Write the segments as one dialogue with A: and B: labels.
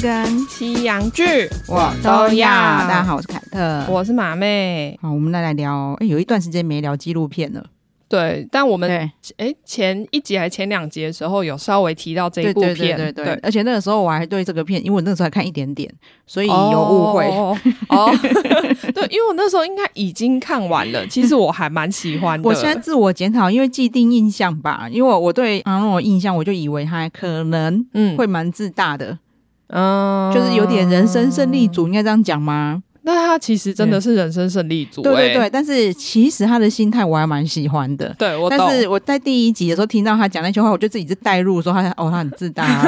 A: 跟
B: 西洋剧
A: 我大家，好，我是凯特。
B: 我是马妹。
A: 好，我们来来聊，哎，有一段时间没聊纪录片了。
B: 对，但我们
A: 对，
B: 哎前一集还前两集的时候有稍微提到这一
A: 对
B: 部
A: 对对
B: 片，
A: 对对。而且那个时候我还对这个片，因为我那个时候还看一点点，所以有误会。
B: 哦，哦 对，因为我那时候应该已经看 完了，其实我还蛮喜欢的。
A: 我现在自我检讨，因为既定印象吧，因为我我对阿诺的印象，我就以为他可能
B: 嗯
A: 会蛮自大的，
B: 嗯
A: 就是有点人生胜利组，应该这样讲吗？
B: 那他其实真的是人生胜利组、
A: 对对
B: 哎
A: 嗯对，但是其实他的心态我还蛮喜欢的。
B: 对，我懂
A: 但。是我在第一集的时候听到他讲那句话，我就自己就带入说他哦，他很自大、啊，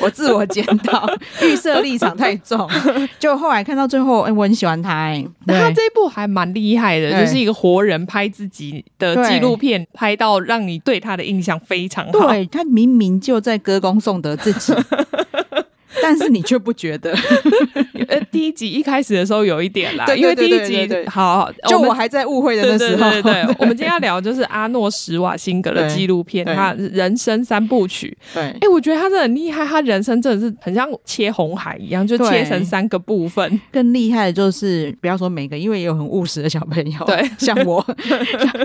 A: 我自我检讨，预设立场太重。就后来看到最后，哎、我很喜欢他、哎，
B: 那他
A: 对
B: 这一部还蛮厉害的，
A: 对
B: 就是一个活人拍自己的
A: 对
B: 纪录片，拍到让你对他的印象非常好。
A: 对他明明就在歌功颂德自己。但是你却不觉得，
B: 呃，第一集一开始的时候有一点啦，
A: 对
B: 因为第
A: 对
B: 一
A: 对对对
B: 集好，好
A: 就
B: 们
A: 我还在误会的
B: 对
A: 那
B: 对
A: 时候，
B: 对对对，我们今天要聊就是阿诺·施瓦辛格的
A: 对
B: 纪录片，
A: 对
B: 他人生三部曲。
A: 对
B: 哎、我觉得他真的很厉害，他人生真的是很像切红海一样，就
A: 对
B: 切成三个部分。
A: 更厉害的就是，不要说每个，因为也有很务实的小朋友，
B: 对，
A: 像我，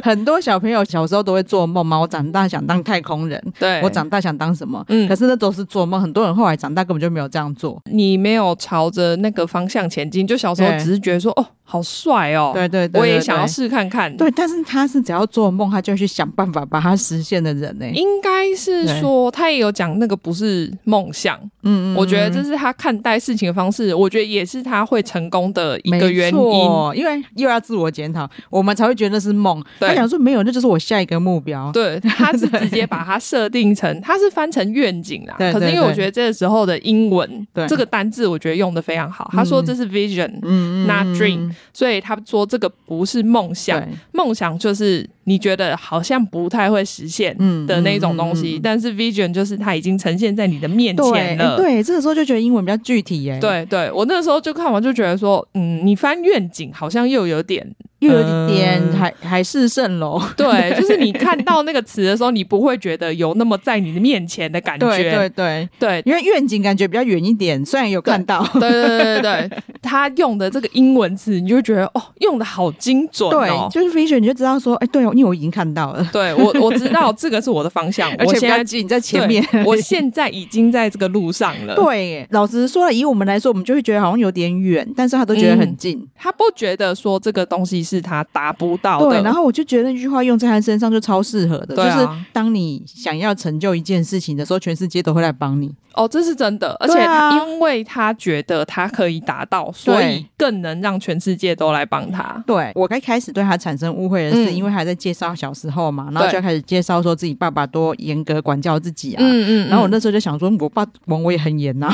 A: 很多小朋友小时候都会做梦嘛，我长大想当太空人，
B: 对
A: 我长大想当什么？
B: 嗯
A: 可是那都是做梦。很多人后来长大根本就没有这样做。
B: 你没有朝着那个方向前进，就小时候
A: 对
B: 只是觉得说，哦，好帅哦，
A: 对对对
B: 我也
A: 对对
B: 想要试看看。
A: 对，但是他是只要做梦，他就去想办法把它实现的人呢、
B: 应该是说，他也有讲那个不是梦想，
A: 嗯
B: 我觉得这是他看待事情的方式，我觉得也是他会成功的一
A: 嗯没
B: 个原因。
A: 错，因为又要自我检讨，我们才会觉得那是梦。
B: 对
A: 他想说没有，那就是我下一个目标。
B: 对，他是直接把它设定成，他是翻成愿景啦。
A: 对
B: 可是因为
A: 对
B: 我觉得这个时候的英文
A: 对
B: 这个单字，我觉得用的非常好。他说这是 vision，、
A: 嗯
B: Not dream 所以他说这个不是梦想，
A: 对
B: 梦想就是你觉得好像不太会实现
A: 嗯
B: 的那种东
A: 嗯
B: 西，
A: 嗯嗯
B: 但是 vision 就是它已经呈现在你的面
A: 对
B: 前了。
A: 哎对，这个时候就觉得英文比较具体耶、，
B: 对对我那时候就看完就觉得说，嗯，你翻愿景好像又有点
A: 又有点
B: 嗯
A: 海、海市蜃楼。
B: 对，就是你看到那个词的时候，你不会觉得有那么在你的面前的感觉。
A: 对对对，
B: 对
A: 因为愿景感觉比较远一点，虽然有看到。
B: 对对对对对，他用的这个英文词，你就觉得哦，用的好精准哦
A: 对，。就是 vision，你就知道说，哎、对哦，因为我已经看到 了。
B: 对我我知道这个是我的方向，
A: 而
B: 我
A: 且
B: 现
A: 比较
B: 在
A: 近，在前 面。
B: 对我现在已经在这个路上了。
A: 对耶，老实说了，以我们来说，我们就会觉得好像有点远，但是他都觉得
B: 嗯
A: 很近。
B: 他不觉得说这个东西是他达不到的，
A: 对，然后我就觉得那句话用在他身上就超适合的，
B: 对啊
A: 就是当你想要成就一件事情的时候，全世界都会来帮你。
B: 哦，这是真的，而
A: 对
B: 且
A: 啊
B: 因为他觉得他可以达到，所以更能让全世界都来帮他。
A: 对我刚开始对他产生误会的是，
B: 嗯
A: 因为还在介绍小时候嘛，然后就开始介绍说自己爸爸多严格管教自己啊。
B: 嗯
A: 然后我那时候就想说，我爸管我也很严呐、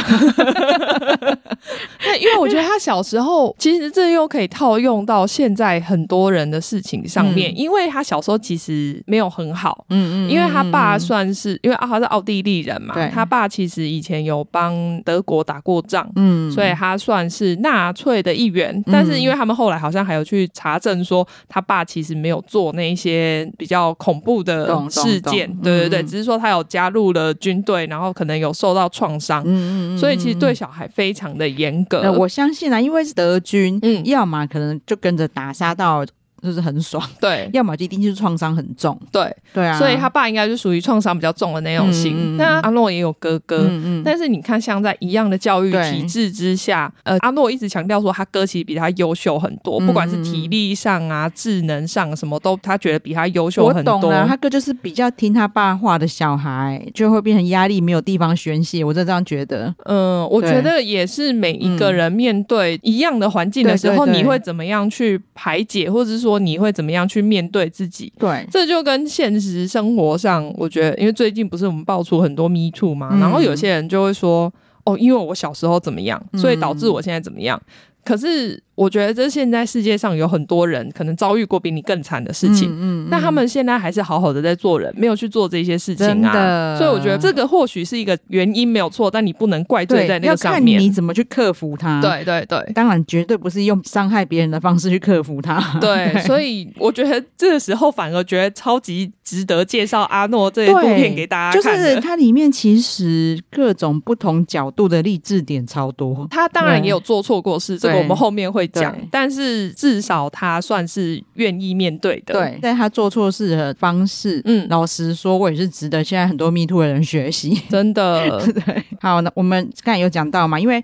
B: 那 因为我觉得他小时候，其实这又可以套用到现在很多人的事情上面，因为他小时候其实没有很好。
A: 嗯
B: 因为他爸算是，因为啊他是奥地利人嘛
A: 对，
B: 他爸其实以前有帮德国打过仗，
A: 嗯
B: 所以他算是纳粹的一员。但是因为他们后来好像还有去查证说，他爸其实没有做那一些比较恐怖的
A: 懂懂
B: 事件
A: 懂，
B: 对对对，
A: 嗯嗯
B: 只是说他有加入了军队，然后可能有受到创伤，
A: 嗯
B: 所以其实对小孩非常的严格。
A: 呃，我相信啊，因为是德军，
B: 嗯
A: 要么可能就跟着打杀到就是很爽，
B: 对
A: 要么就一定就是创伤很重，
B: 对，
A: 对啊，
B: 所以他爸应该就属于创伤比较重的那
A: 嗯
B: 种
A: 嗯
B: 型。
A: 嗯
B: 那阿诺也有哥哥，
A: 嗯嗯，
B: 但是你看，像在一样的教育
A: 对
B: 体制之下，呃，阿诺一直强调说他哥其实比他优秀很
A: 嗯
B: 多，不管是体力上啊、智能上什么都，他觉得比他优秀
A: 我
B: 很多。
A: 懂啊了、他哥就是比较听他爸话的小孩，就会变成压力没有地方宣泄，我真的这样觉得。
B: 嗯、我
A: 对嗯
B: 觉得也是每一个人面对一样的环境的时
A: 对
B: 候，
A: 对对
B: 你会怎么样去排解，或者是说你会怎么样去面对自己。
A: 对，
B: 这就跟现实生活上，我觉得，因为最近不是我们爆出很多 Me Too 嘛，
A: 嗯
B: 然后有
A: 嗯
B: 些人就会说，哦，因为我小时候怎么样，所以导致我现在怎么样。可是我觉得这现在世界上有很多人可能遭遇过比你更惨的事情，
A: 嗯
B: 但他们现在还是好好的在做人，没有去做这些事情
A: 真
B: 啊。
A: 的
B: 所以我觉得这个或许是一个原因没有错，但你不能怪罪
A: 对
B: 在那
A: 要
B: 个上
A: 看
B: 面。
A: 你怎么去克服它。，
B: 对对对。
A: 当然绝对不是用伤害别人的方式去克服它。
B: 对，所以我觉得这个时候反而觉得超级值得介绍阿诺这些部片给大家
A: 就
B: 看的。
A: 是它里面其实各种不同角度的励志点超多。
B: 他当然也有做错过事，这个
A: 对
B: 我们后面会讲
A: 对。
B: 但是至少他算是愿意面对的。
A: 对，在他做错事的方式，
B: 嗯
A: 老实说，我也是值得现在很多 Me Too 的人学习。
B: 真 的，
A: 好，那我们刚才有讲到嘛，因为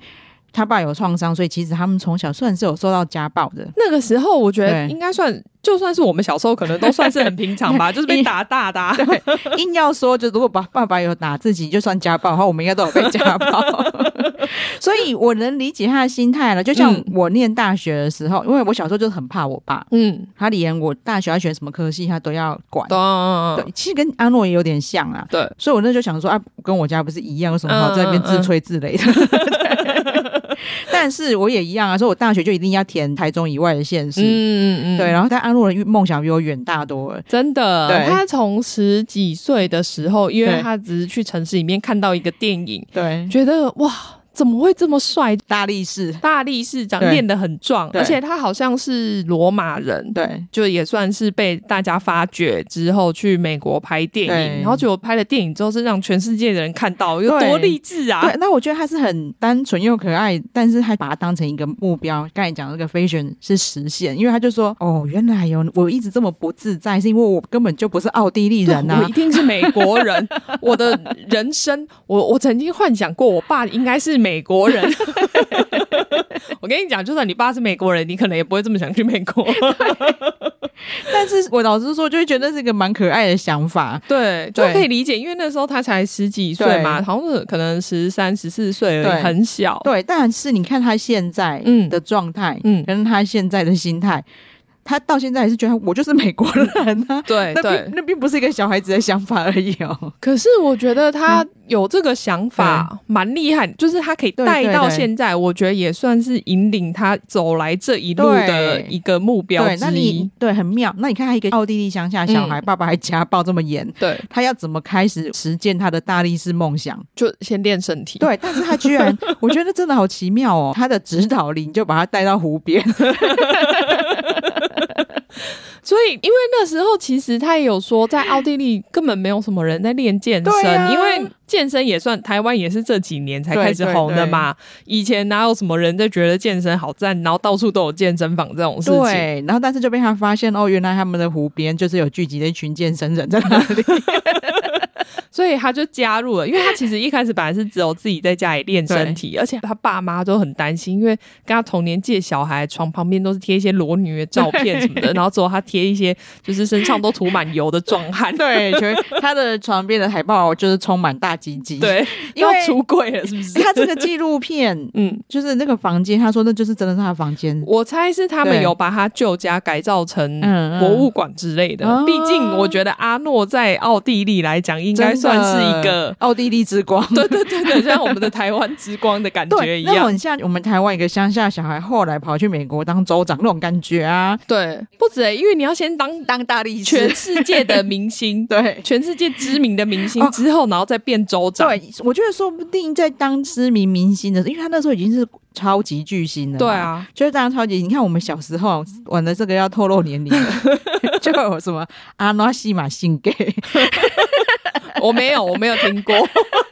A: 他爸有创伤，所以其实他们从小算是有受到家暴 的。
B: 那个时候我觉得
A: 对
B: 应该算，就算是我们小时候可能都算是很平常 吧，就是被打大的、啊。
A: 硬要说，就如果爸爸爸有打自己，就算家暴的话，我们应该都有 被家暴。 所以我能理解他的心态了。就像
B: 嗯
A: 我念大学的时候，因为我小时候就很怕我爸，
B: 嗯，
A: 他连我大学要选什么科系，他都要管。
B: 懂
A: 对，其实跟阿诺也有点像啊。
B: 对，
A: 所以我那时候想说啊，跟我家不是一样，有什么好在那边自吹自擂的？ 但是我也一样啊，所以我大学就一定要填台中以外的县市。
B: 嗯嗯嗯，
A: 对，然后但安洛的梦想比我远大多了。
B: 真的
A: 对，
B: 他从十几岁的时候，因为
A: 对
B: 他只是去城市里面看到一个电影，
A: 对，
B: 觉得哇，怎么会这么帅？
A: 大力士，
B: 大力士长
A: 对
B: 练得很壮，
A: 对
B: 而且他好像是罗马人，
A: 对
B: 就也算是被大家发掘之后去美国拍电影，
A: 对
B: 然后结果拍了电影之后是让全世界的人看到，有多励志啊！
A: 对。那我觉得他是很单纯又可爱，但是他把它当成一个目标。刚才讲那个飞选是实现，因为他就说哦，原来有我一直这么不自在，是因为我根本就不是奥地利人呐、啊
B: 我一定是美 国人。我的人生，我我曾经幻想过，我爸应该是美国人。 我跟你讲，就算你爸是美国人，你可能也不会这么想去美国。
A: 但是我老实说，就会觉得是一个蛮可爱的想法。
B: 对，就
A: 对
B: 可以理解，因为那时候他才十几岁嘛，好像是可能十三、十四岁而已，
A: 对
B: 很小。
A: 对，但是你看他现在
B: 嗯
A: 的状态，
B: 嗯
A: 跟他现在的心态，他到现在还是觉得我就是美国人 啊。
B: 对
A: 那
B: 对
A: 并，那并不是一个小孩子的想法而已 哦。
B: 可是我觉得
A: 嗯
B: 他有这个想法蛮厉害，就是他可以带到现在，我觉得也算是引领他走来这一路的一个目标
A: 对，那
B: 之
A: 你
B: 一。
A: 对很妙。那你看他一个奥地利乡下小孩，
B: 嗯
A: 爸爸还家暴这么严，
B: 对，
A: 他要怎么开始实践他的大力士梦 想？
B: 就先练身体。
A: 对，但是他居 然，我觉得真的好奇妙哦。他的指导灵就把他带到湖边，
B: 所以，因为那时候其实他也有说，在奥地利根本没有什么人在练健身，
A: 对啊
B: 因为健身也算台湾也是这几年才开始
A: 对对
B: 红的嘛。以前哪有什么人在觉得健身好赞，然后到处都有健身房这种事情。
A: 对，然后但是就被他发现哦，原来他们的湖边就是有聚集的一群健身人在那里。
B: 所以他就加入了，因为他其实一开始本来是只有自己在家里练身体，而且他爸妈都很担心，因为跟他同年纪的小孩床旁边都是贴一些裸女的照片 什么的，然后之后他贴一些就是身上都涂满油的壮 汉，
A: 对，全他的床边的海报就是充满大鸡鸡。，
B: 对，
A: 因为
B: 要出柜了是不是？
A: 他这个纪录片
B: 嗯，
A: 就是那个房间，他说那就是真的是他的房间。
B: 我猜是他们
A: 对
B: 有把他旧家改造成
A: 嗯嗯
B: 博物馆之类的。
A: 哦。
B: 毕竟我觉得阿诺在奥地利来讲，应该算是一个
A: 奥地利之光。
B: 对对对对，像我们的台湾之光的感觉
A: 对，
B: 一
A: 那
B: 样
A: 很。像我们台湾一个乡下小孩，后来跑去美国当州长那种感觉啊，
B: 对，不止、欸，因为你要先当
A: 当大力
B: 全世界的明星，
A: 对
B: 全世界知名的明星
A: 哦
B: 之后，然后再变州长。
A: 对，我觉得说不定在当知名明星的时候，因为他那时候已经是超级巨星了。
B: 对，啊，
A: 就是当超级，你看我们小时候玩的这个要透露年龄 了，就有什么阿诺西马性 gay，
B: 我没有，我没有听过。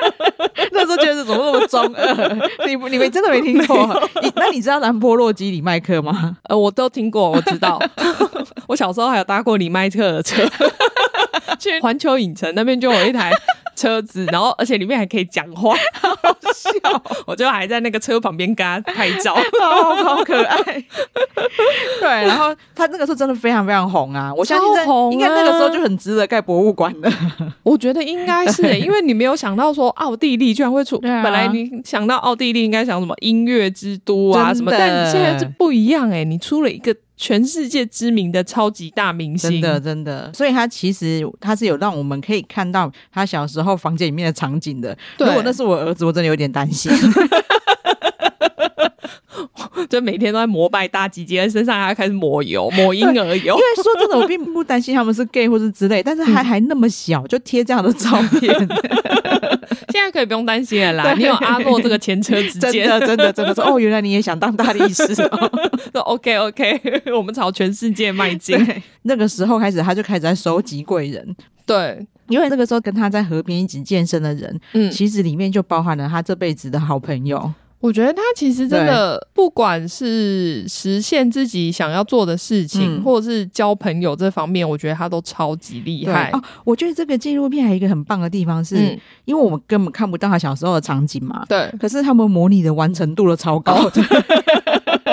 A: 那时候觉得怎么那么中二？你不你们真的没听 过？你那你知道兰波洛基里麦克吗？
B: 呃，我都听过，我知道。 我小时候还有搭过李麦特的车， 去环球影城那边就有一台车子，然后而且里面还可以讲话，
A: 笑，
B: 哦我就还在那个车旁边跟他拍照。
A: 好好可爱。 对，然后他那个时候真的非常非常红啊！我相信在
B: 超红啊
A: 应该那个时候就很值得盖博物馆 的。
B: 我觉得应该是、欸因为你没有想到说奥地利居然会出，
A: 对啊
B: 本来你想到奥地利应该想什么音乐之都
A: 真
B: 啊
A: 的
B: 什么，但现在是不一样哎、你出了一个全世界知名的超级大明
A: 真
B: 星，
A: 的真的，所以他其实他是有让我们可以看到他小时候房间里面的场景的。
B: 对
A: 如果那是我儿子，我真的有点担心。
B: 就每天都在膜拜大鸡鸡，而身上还要开始抹油，抹婴儿油
A: 因。为说真的，我并不担心他们是 gay 或是之类，但是
B: 嗯
A: 还、还那么小就贴这样的照 片，
B: 现在可以不用担心了啦，
A: 对
B: 你有阿诺这个前车 之
A: 真
B: 鉴，
A: 的真的真的说哦，原来你也想当大力士 哦。
B: 说 OK OK，我们 朝全世界迈进。
A: 对，那个时候开始，他就开始在收集贵人，
B: 对，
A: 因为那个时候跟他在河边一起健身的人，
B: 嗯，
A: 其实里面就包含了他这辈子的好朋友。
B: 我觉得他其实真的，不管是实现自己想要做的事情，
A: 嗯
B: 或者是交朋友这方面，我觉得他都超级厉
A: 对
B: 害。
A: 哦，我觉得这个纪录片还有一个很棒的地方是，
B: 嗯，
A: 因为我们根本看不到他小时候的场景嘛。
B: 对，
A: 可是他们模拟的完成度都超高
B: 哦
A: 的，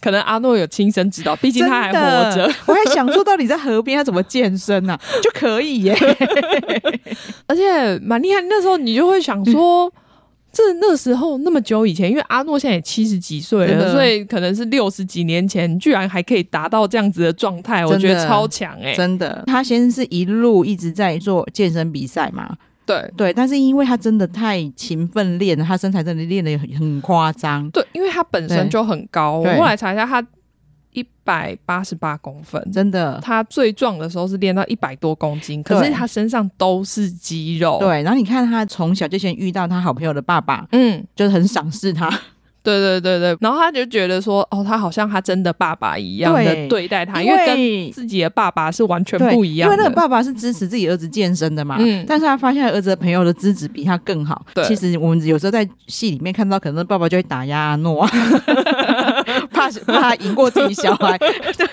B: 可能阿诺有亲身指导，毕竟他还
A: 真的
B: 活着。。
A: 我还想说，到底在河边要怎么健身呢、啊？就可以耶、
B: 而且蛮厉害。那时候你就会想
A: 嗯
B: 说，这那时候那么久以前，因为阿诺现在也七十几岁
A: 真
B: 了，
A: 的
B: 所以可能是六十几年前，居然还可以达到这样子的状态，我
A: 真的
B: 觉得超强哎、
A: 真的。他先是一路一直在做健身比赛嘛，
B: 对。
A: 对。但是因为他真的太勤奋练了，他身材真的练的很很夸张，
B: 对，因为他本身
A: 对
B: 就很高，我
A: 对
B: 后来查一下，他一百八十八公分，
A: 真的。
B: 他最壮的时候是练到一百多公斤，可是
A: 对
B: 他身上都是肌肉。，
A: 对，然后你看他从小就先遇到他好朋友的爸爸，
B: 嗯，
A: 就是很赏识他，
B: 对对对对。然后他就觉得说，哦，他好像他真的爸爸一样的
A: 对
B: 对待他，因
A: 因
B: 为跟
A: 为
B: 自己的爸爸是完全
A: 对
B: 不一样
A: 因为
B: 的。
A: 那个爸爸是支持自己儿子健身的嘛，
B: 嗯
A: 但是他发现儿子的朋友的资质比他更好。
B: 对
A: 其实我们有时候在戏里面看到，可能爸爸就会打压阿诺啊， 怕怕他赢过自己小孩。 对，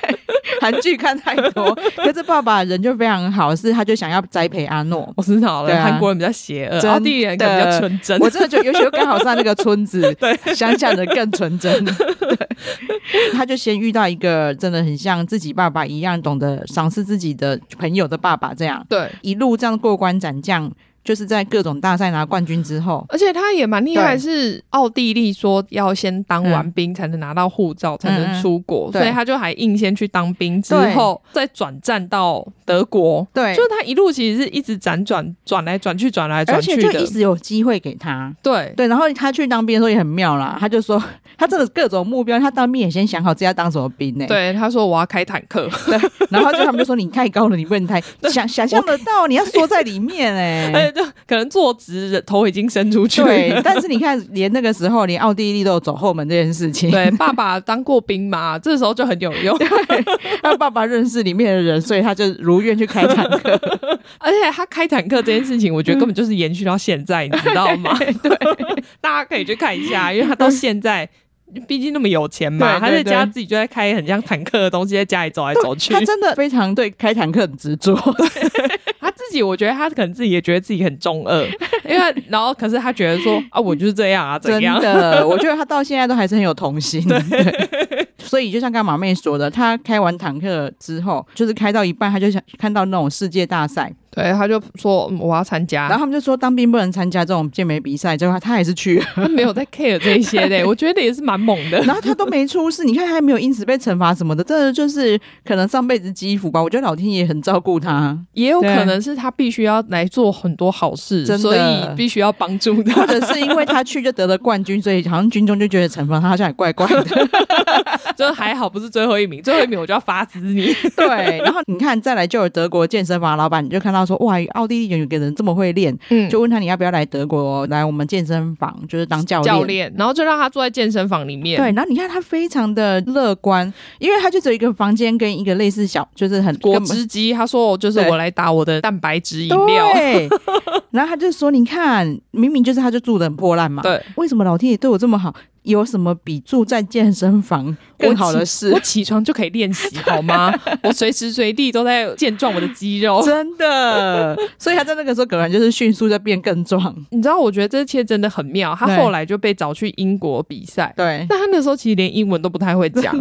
A: 韩剧看太多，可是爸爸人就非常好，是他就想要栽培阿诺。
B: 我知道
A: 对
B: 了，
A: 啊
B: 韩、国人比较邪恶，
A: 真的
B: 奥地利人可能比较纯真。
A: 我真的觉得，尤其是刚好是在那个村 子，对，乡下的更纯真。对，他就先遇到一个真的很像自己爸爸一样，懂得赏识自己的朋友的爸爸这样。
B: 对，
A: 一路这样过关斩将，就是在各种大赛拿冠军之后，
B: 而且他也蛮厉害，
A: 对
B: 是奥地利说要先当完兵才能拿到护照，才能出国，
A: 嗯对
B: 所以他就还硬先去当兵，之后再转战到德国。
A: 对
B: 就是他一路其实是一直辗转转来转去，转来转
A: 而且
B: 去
A: 就
B: 的
A: 一。直有机会给他。
B: 对，
A: 对，然后他去当兵的时候也很妙啦，他就说 他真的各种目标，他当兵也先想好自己要当什么兵呢、
B: 对，他说我要开坦克，
A: 对，然后就他们就说你太高了，你不能太想想象得到，你要缩在里面 哎、
B: 而且就可能坐直人头已经伸出去
A: 对
B: 了，。
A: 但是你看，连那个时候，连奥地利都有走后门这件事情。
B: 对，爸爸当过兵嘛，这时候就很有用。
A: 他爸爸认识里面的人，所以他就如愿去开坦克。
B: 而且他开坦克这件事情，我觉得根本就是延续到现在，你知道吗？嗯 对，大家可以去看一下，因为他到现在。毕竟那么有钱
A: 对对
B: 嘛，他在家
A: 对
B: 自己就在开很像坦克的东西，在家里走来走 去
A: 他。真的非常对开坦克很执着。
B: 他自己，我觉得他可能自己也觉得自己很中二， 因为然后可是他觉得说啊，我就是这样啊，怎
A: 真
B: 样？
A: 的，我觉得他到现在都还是很有童心。对， 所以就像刚刚马妹说的，他开完坦克之后，就是开到一半，他就想看到那种世界大赛，
B: 对，他就说、嗯我要参加，
A: 然后他们就说当兵不能参加这种健美比赛，结果他他还是 去了，
B: 他没有在 care 这一些 的，我觉得也是蛮猛的。
A: 然后他都没出事，你看他还没有因此被惩罚什么的，真的就是可能上辈子积福吧。我觉得老天爷很照顾 他，
B: 也有
A: 对
B: 可能是他必须要来做很多好事，
A: 真的
B: 所以必须要帮助他
A: 或。者是因为他去就得了冠军，所以好像军中就觉得惩罚他好像也怪怪的。
B: 就还好不是最后一名，最后一名我就要罚死你。
A: 对，然后你看再来就有德国健身房老板，你就看到说哇，奥地利有一个人这么会练。
B: 嗯，
A: 就问他你要不要来德国哦来我们健身房，就是当 教练。
B: 教练，然后就让他坐在健身房里面。
A: 对，然后你看他非常的乐观，因为他就只有一个房间跟一个类似小，就是很
B: 果
A: 根本
B: 汁机，他说我就是
A: 对
B: 我来打我的蛋白质饮料。
A: 对，然后他就说你看，明明就是他就住的很破烂嘛，
B: 对，
A: 为什么老天爷对我这么好？有什么比住在健身 房更好的
B: 我
A: 事？
B: 起床就可以练习，好 吗？我随时随地都在健壮我的肌肉。
A: 真的，所以他在那个时候果然就是迅速在变更壮。
B: 你知道，我觉得这切真的很妙。他
A: 对
B: 后来就被找去英国比赛，
A: 对
B: 但他那时候其实连英文都不太会讲，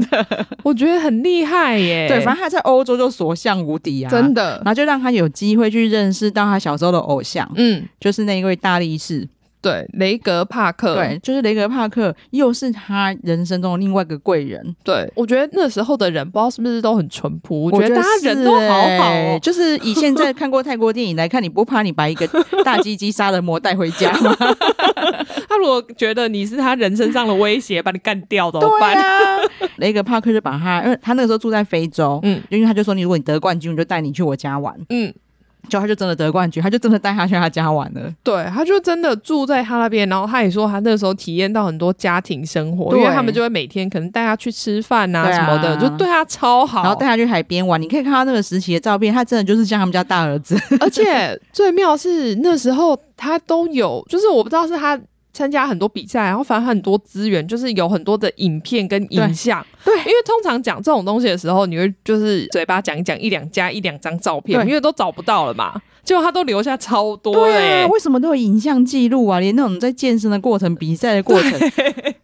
B: 我觉得很厉害耶。
A: 对，反正他在欧洲就所向无敌啊，
B: 真
A: 的。
B: 的
A: 然，后就让他有机会去认识到他小时候的偶像，
B: 嗯，
A: 就是那一位大力士。
B: 对，雷格帕克，
A: 对，就是雷格帕克，又是他人生中的另外一个贵人。
B: 对我觉得那时候的人不知道是不是都很淳朴，我
A: 我
B: 觉得大家人都好
A: 是
B: 好
A: 欸
B: 哦、
A: 就是以现在看过泰国电影来看，你不怕你把一 个大鸡鸡杀人魔带回家 吗？
B: 他如果觉得你是他人身上的威胁，把你干掉怎么
A: 对
B: 办？
A: 啊，雷格帕克就把他，因为他那个时候住在非洲，
B: 嗯
A: 因为他就说你如果你得冠军，我就带你去我家玩。
B: 嗯，
A: 结果他就真的得冠军，他就真的带他去他家玩了。
B: 对，他就真的住在他那边，然后他也说他那时候体验到很多家庭生活，因为
A: 对
B: 他们就会每天可能带他去吃饭啊
A: 对啊
B: 什么的，就对他超好。
A: 然后带他去海边玩，你可以看到那个时期的照片，他真的就是像他们家大儿子。
B: 而且最妙是那时候他都有，就是我不知道是他。参加很多比赛，然后反正很多资源，就是有很多的影片跟影像。
A: 对对
B: 因为通常讲这种东西的时候，你会就是嘴巴讲一讲一两家一两张照片，
A: 对
B: 因为都找不到了嘛。结果他都留下超多欸的、
A: 啊，为什么都有影像记录啊？连那种在健身的过程、比赛的过程，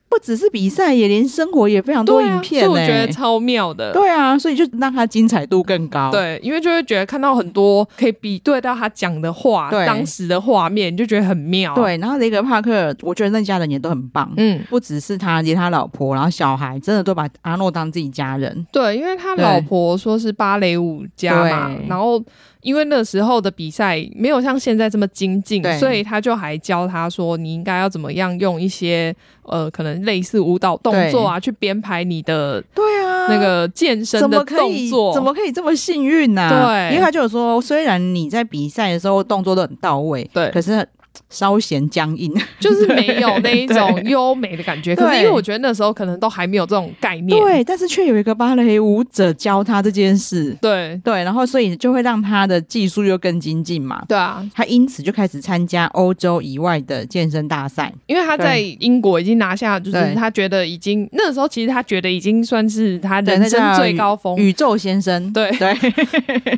A: 不只是比赛，也连生活也非常多
B: 对啊
A: 影片、欸。
B: 所以我觉得超妙的。
A: 对啊，所以就让他精彩度更高。
B: 对，因为就会觉得看到很多可以比对到他讲的话，
A: 对
B: 当时的画面，你就觉得很妙。，
A: 对，然后雷格帕克，我觉得那家人也都很棒。
B: 嗯，
A: 不只是他，连他老婆，然后小孩，真的都把阿诺当自己家人。
B: 对，因为他
A: 对
B: 老婆说是芭蕾舞家嘛，
A: 对
B: 然后因为那时候的比赛没有像现在这么精进
A: 对，
B: 所以他就还教他说你应该要怎么样用一些呃可能类似舞蹈动作啊去编排你的
A: 对啊
B: 那个健身
A: 怎么
B: 的
A: 可以
B: 动作，
A: 怎么可以这么幸运呢、
B: 对
A: 因为他就有说，虽然你在比赛的时候动作都很到位，
B: 对
A: 可是稍显僵硬。
B: 就是没有那一种
A: 对
B: 优美的感觉。
A: 对
B: 可是因为我觉得那时候可能都还没有这种概念，
A: 对，但是却有一个芭蕾舞者教他这件事，
B: 对
A: 对，然后所以就会让他的技术又更精进嘛。
B: 对啊，
A: 他因此就开始参加欧洲以外的健身大赛，
B: 因为他在英国已经拿下，就是
A: 对
B: 他觉得已经那时候其实他觉得已经算是他人
A: 对那
B: 生
A: 叫
B: 最高峰。
A: 宇宙先生。
B: 对
A: 对，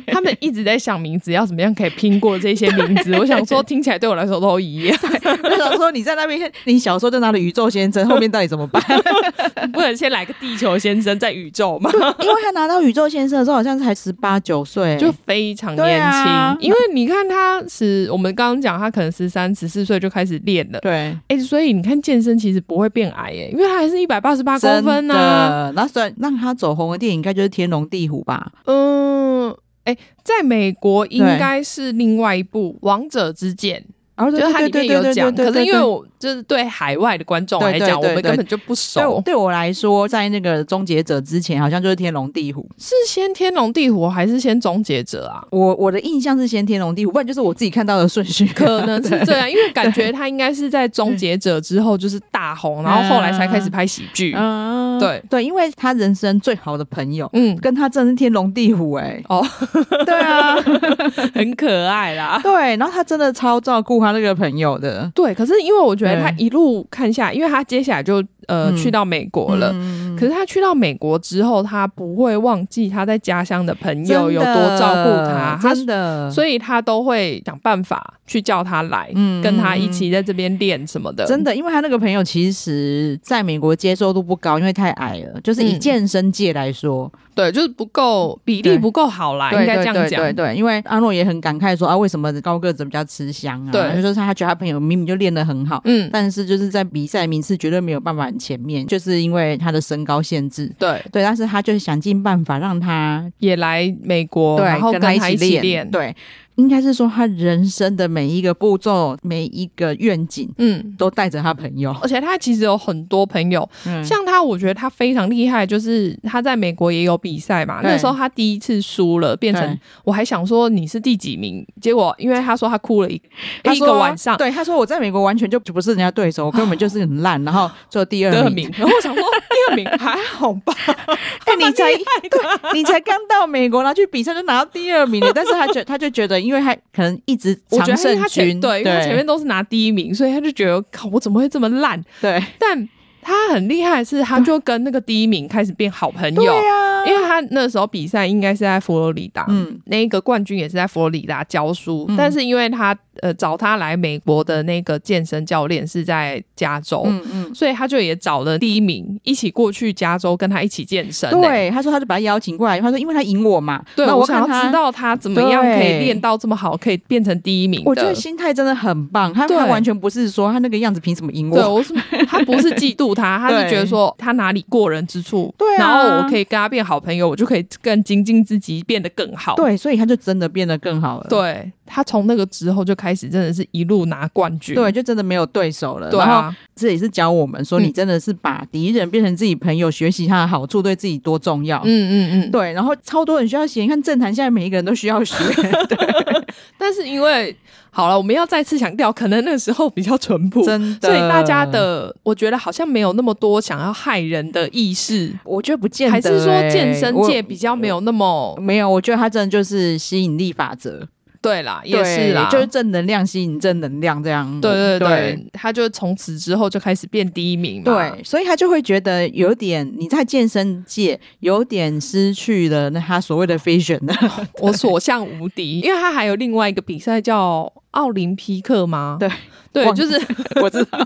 B: 他们一直在想名字要怎么样可以拼过这些名 字，我想说听起来对我来说都一样，
A: 我想说你在那边，你小时候就拿了宇宙先生，后面到底怎么办？
B: 不能先来个地球先生在宇宙嘛，
A: 因为他拿到宇宙先生的时候，好像才十八九岁，
B: 就非常
A: 对
B: 年轻。
A: 啊
B: 因为你看他是我们刚刚讲他可能十三十四岁就开始练了，
A: 对。
B: 哎、所以你看健身其实不会变矮耶、因为他还是一百八十八公分呢、啊。
A: 真的那虽然让他走红的电影，应该就是《天龙地虎》吧？
B: 嗯，哎、在美国应该是另外一部《王者之剑》。
A: 然后
B: 就是它里面有讲，可是因为
A: 我
B: 我就是对海外的观众来
A: 对对
B: 讲，
A: 对
B: 我们
A: 对
B: 根本就
A: 对我
B: 不熟。
A: 对我来说，在那个《终结者》之前，好像就是《天龙地虎》。
B: 是先天龙地虎还是先终结者 啊？
A: 我我的印象是先《天龙地虎》，不然就是我自己看到的顺序。
B: 可能是这样，因为感觉他应该是在
A: 嗯
B: 终结者之后就是大红，然后后来才开始拍喜剧。
A: 啊嗯，
B: 对
A: 对，因为他人生最好的朋友。
B: 嗯，
A: 跟他真的是天龙地虎哎、
B: 哦，
A: 对啊，
B: 很可爱啦。
A: 对，然后他真的超照顾他那个朋友的，
B: 对，可是因为我觉得他
A: 对
B: 一路看下来，因为他接下来就呃
A: 嗯
B: 去到美国了。
A: 嗯
B: 可是他去到美国之后，他不会忘记他在家乡的朋
A: 真
B: 友
A: 的
B: 有多照顾他，他
A: 真的，
B: 所以他都会想办法去叫他来，
A: 嗯
B: 跟他一起在这边练什么的。
A: 真的，因为他那个朋友其实在美国接受度不高，因为太矮了。就是以
B: 嗯
A: 健身界来说，
B: 对，就是不够比例
A: 对
B: 不够好啦，
A: 对
B: 应该这样
A: 对
B: 讲
A: 对对。对，因为阿诺也很感慨说啊，为什么高个子比较吃香啊？
B: 对
A: 就说他觉得他朋友明明就练得很好，
B: 嗯，
A: 但是就是在比赛名次绝对没有办法很前面，就是因为他的身高限制。
B: 对，
A: 对，但是他就是想尽办法让他
B: 也来美国，
A: 对，
B: 然后
A: 跟他
B: 他一
A: 起
B: 起
A: 练。
B: 练。
A: 对，应该是说他人生的每一个步骤、每一个愿景
B: 嗯，
A: 都带着他朋友。
B: 而且他其实有很多朋友，
A: 嗯，
B: 像他，我觉得他非常厉害，就是他在美国也有比赛嘛。
A: 对
B: 那时候他第一次输了，变成
A: 对
B: 我还想说你是第几名，结果因为他说他哭了一
A: 他
B: 一
A: 说
B: 个晚上，
A: 对，他说我在美国完全就不是人家对手，我根本就是很烂，然后做第
B: 第
A: 二
B: 二
A: 名。
B: 名，然后我想说第二 名还好吧，
A: 哎、你才对，你才刚到美国，然后去比赛就拿到第二名了，但是他觉他就 觉得，因为他可能一直
B: 我
A: 常
B: 觉得因为
A: 胜
B: 他前
A: 军，
B: 对，因为他前面都是拿第一名，所以他就觉得靠，我怎么会这么烂？
A: 对
B: 但他很厉害的是，他就跟那个第一名开始变好朋
A: 对啊
B: 友，
A: 呀、
B: 因为他那时候比赛应该是在佛罗里达，
A: 嗯
B: 那一个冠军也是在佛罗里达教书，
A: 嗯
B: 但是因为他呃找他来美国的那个健身教练是在加州，
A: 嗯嗯，
B: 所以他就也找了第一名一起过去加州跟他一起健身、欸。
A: 对，他说他就把他邀请过来，他说因为他赢我嘛，
B: 对，
A: 那
B: 我
A: 看
B: 想
A: 他
B: 要知。道他怎么样可以
A: 对
B: 练到这么好，可以变成第一名的。
A: 我觉得心态真的很棒，他
B: 对
A: 他完全不是说他那个样子凭什么赢
B: 对，
A: 我，
B: 我是他不是嫉妒他，他是
A: 对
B: 觉得说他哪里过人之处，
A: 对啊
B: 然后我可以跟他变好朋友，我就可以更精进自己，变得更好。
A: 对，所以他就真的变得更好了，
B: 对他从那个之后就开始真的是一路拿冠军。
A: 对，就真的没有对手了。
B: 对
A: 然后
B: 啊，
A: 这也是教我们说，
B: 嗯
A: 你真的是把敌人变成自己朋友，学习他的好处对自己多重要。
B: 嗯嗯嗯。
A: 对，然后超多人需要学，你看政坛现在每一个人都需要 学，
B: 但是因为好了，我们要再次强调，可能那个时候比较淳朴，
A: 真的。
B: 所以大家，的我觉得好像没有那么多想要害人的意识，
A: 我觉得不见得、
B: 还是说
A: 欸
B: 健身界比较没有
A: 我
B: 那么
A: 没有，我觉得他真的就是吸引力法则，
B: 对啦，也
A: 对
B: 是啦，
A: 就是正能量吸引正能量这样。
B: 对对对，
A: 嗯对。
B: 他就从此之后就开始变第一名嘛。
A: 对，所以他就会觉得有点你在健身界有点失去了那他所谓的 vision 了。
B: 我所向无敌，因为他还有另外一个比赛叫奥林匹克吗？
A: 对
B: 对，
A: 忘
B: 就是
A: 我知道，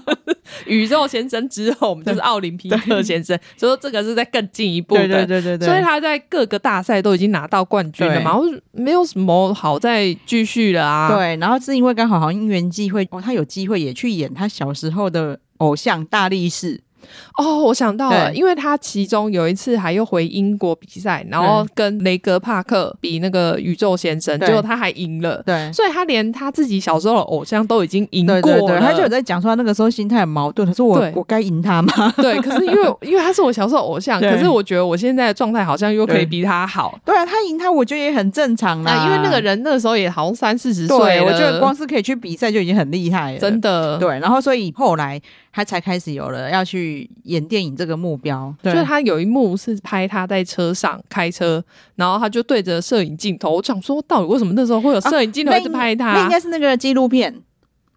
B: 宇宙先生之后，我们就是奥林匹克先生，所以说这个是在更进一步的。
A: 对对对对对，
B: 所以他在各个大赛都已经拿到冠军了嘛，我就没有什么好再继续了啊。
A: 对，然后是因为刚好好像因缘际会，哦，他有机会也去演他小时候的偶像大力士，
B: 哦，我想到了，
A: 对
B: 因为他其中有一次还又回英国比赛，然后跟雷格帕克比那个宇宙先生，
A: 对
B: 结果他还赢了。
A: 对。
B: 所以他连他自己小时候的偶像都已经赢过
A: 对
B: 了，
A: 对对，他 就有在讲说他那个时候心态很矛盾，他说我
B: 对
A: 我该赢他吗？
B: 对，可是因为因为他是我小时候偶像，
A: 对
B: 可是我觉得我现在的状态好像又可以
A: 对
B: 比他好。
A: 对啊，他赢他我觉得也很正常啦，
B: 啊那因为那个人那个时候也好像三四十岁
A: 对，
B: 了
A: 我觉得光是可以去比赛就已经很厉害了，
B: 真的，
A: 对。然后所以后来他才开始有了要去演电影这个目标，对
B: 就是他有一幕是拍他在车上开车，然后他就对着摄影镜头，我想说到底为什么那时候会有摄影镜头
A: 啊那
B: 一直拍他？
A: 那应该是那个纪录片，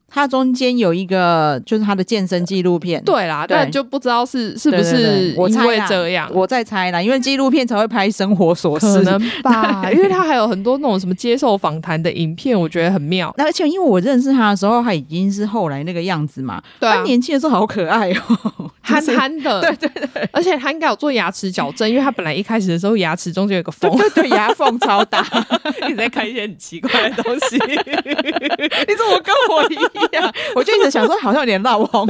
A: 他中间有一个就是他的健身纪录片，
B: 对啦，
A: 对
B: 但就不知道是是不
A: 对对
B: 是
A: 对我
B: 因
A: 猜
B: 为
A: 啦
B: 这样。
A: 我在猜啦，因为纪录片才会拍生活琐
B: 可
A: 事。
B: 能 吧，因为他还有很多那种什么接受访谈的影片，我觉得很妙。
A: 那而且因为我认识他的时候，他已经是后来那个样子嘛。
B: 对啊
A: 他，年轻的时候好可爱 哦，
B: 憨
A: 就是
B: 憨的， 对对对，而且他应该有做牙齿矫正，因为他本来一开始的时候牙齿中间有个缝，
A: 对对，牙缝超大。
B: 一直在看一些很奇怪的东西。
A: 你怎么跟我一样？ 我就一直想说，好像有点闹 红。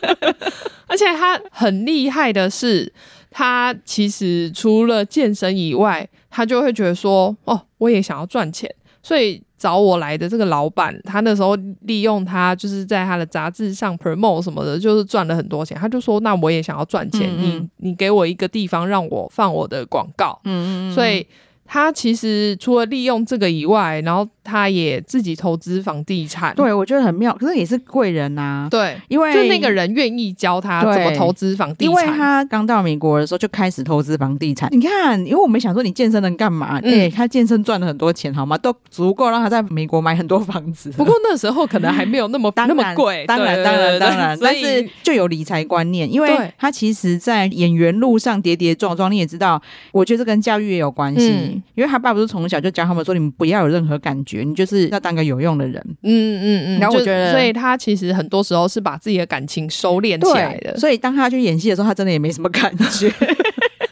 B: 而且他很厉害的是，他其实除了健身以外，他就会觉得说，哦，我也想要赚钱，所以。找我来的这个老板，他那时候利用他就是在他的杂志上 promote 什么的，就是赚了很多钱。他就说：“那我也想要赚钱，
A: 嗯嗯
B: 你你给我一个地方让我放我的广告。”
A: 嗯
B: 所以他其实除了利用这个以外，然后他也自己投资房地产。
A: 对，我觉得很妙，可是也是贵人呐、
B: 啊对，
A: 因为
B: 就那个。人愿意教他
A: 对
B: 怎么投资房地
A: 因为
B: 产。
A: 他刚到美国的时候就开始投资房地产，你看，因为我们想说你健身能干嘛？哎、
B: 嗯
A: 他健身赚了很多钱，好吗？都足够让他在美国买很多房子。
B: 不过那时候可能还没有 那么
A: 当
B: 那
A: 然
B: 么贵，
A: 当然
B: 对
A: 当
B: 对
A: 然
B: 对
A: 当然，
B: 所
A: 但
B: 以
A: 是就有理财观念，因
B: 对
A: 为他其实，在演员路上跌跌撞撞，你也知道，我觉得这跟教育也有关系，
B: 嗯
A: 因为他爸不是从小就教他们说，你们不要有任何感觉，你就是要当个有用的人。
B: 嗯嗯嗯，
A: 然后我
B: 就
A: 觉得
B: 所以他其实很多时候是把自己的感情收敛起来
A: 对，
B: 的。
A: 所以当他去演戏的时候，他真的也没什么感 觉，，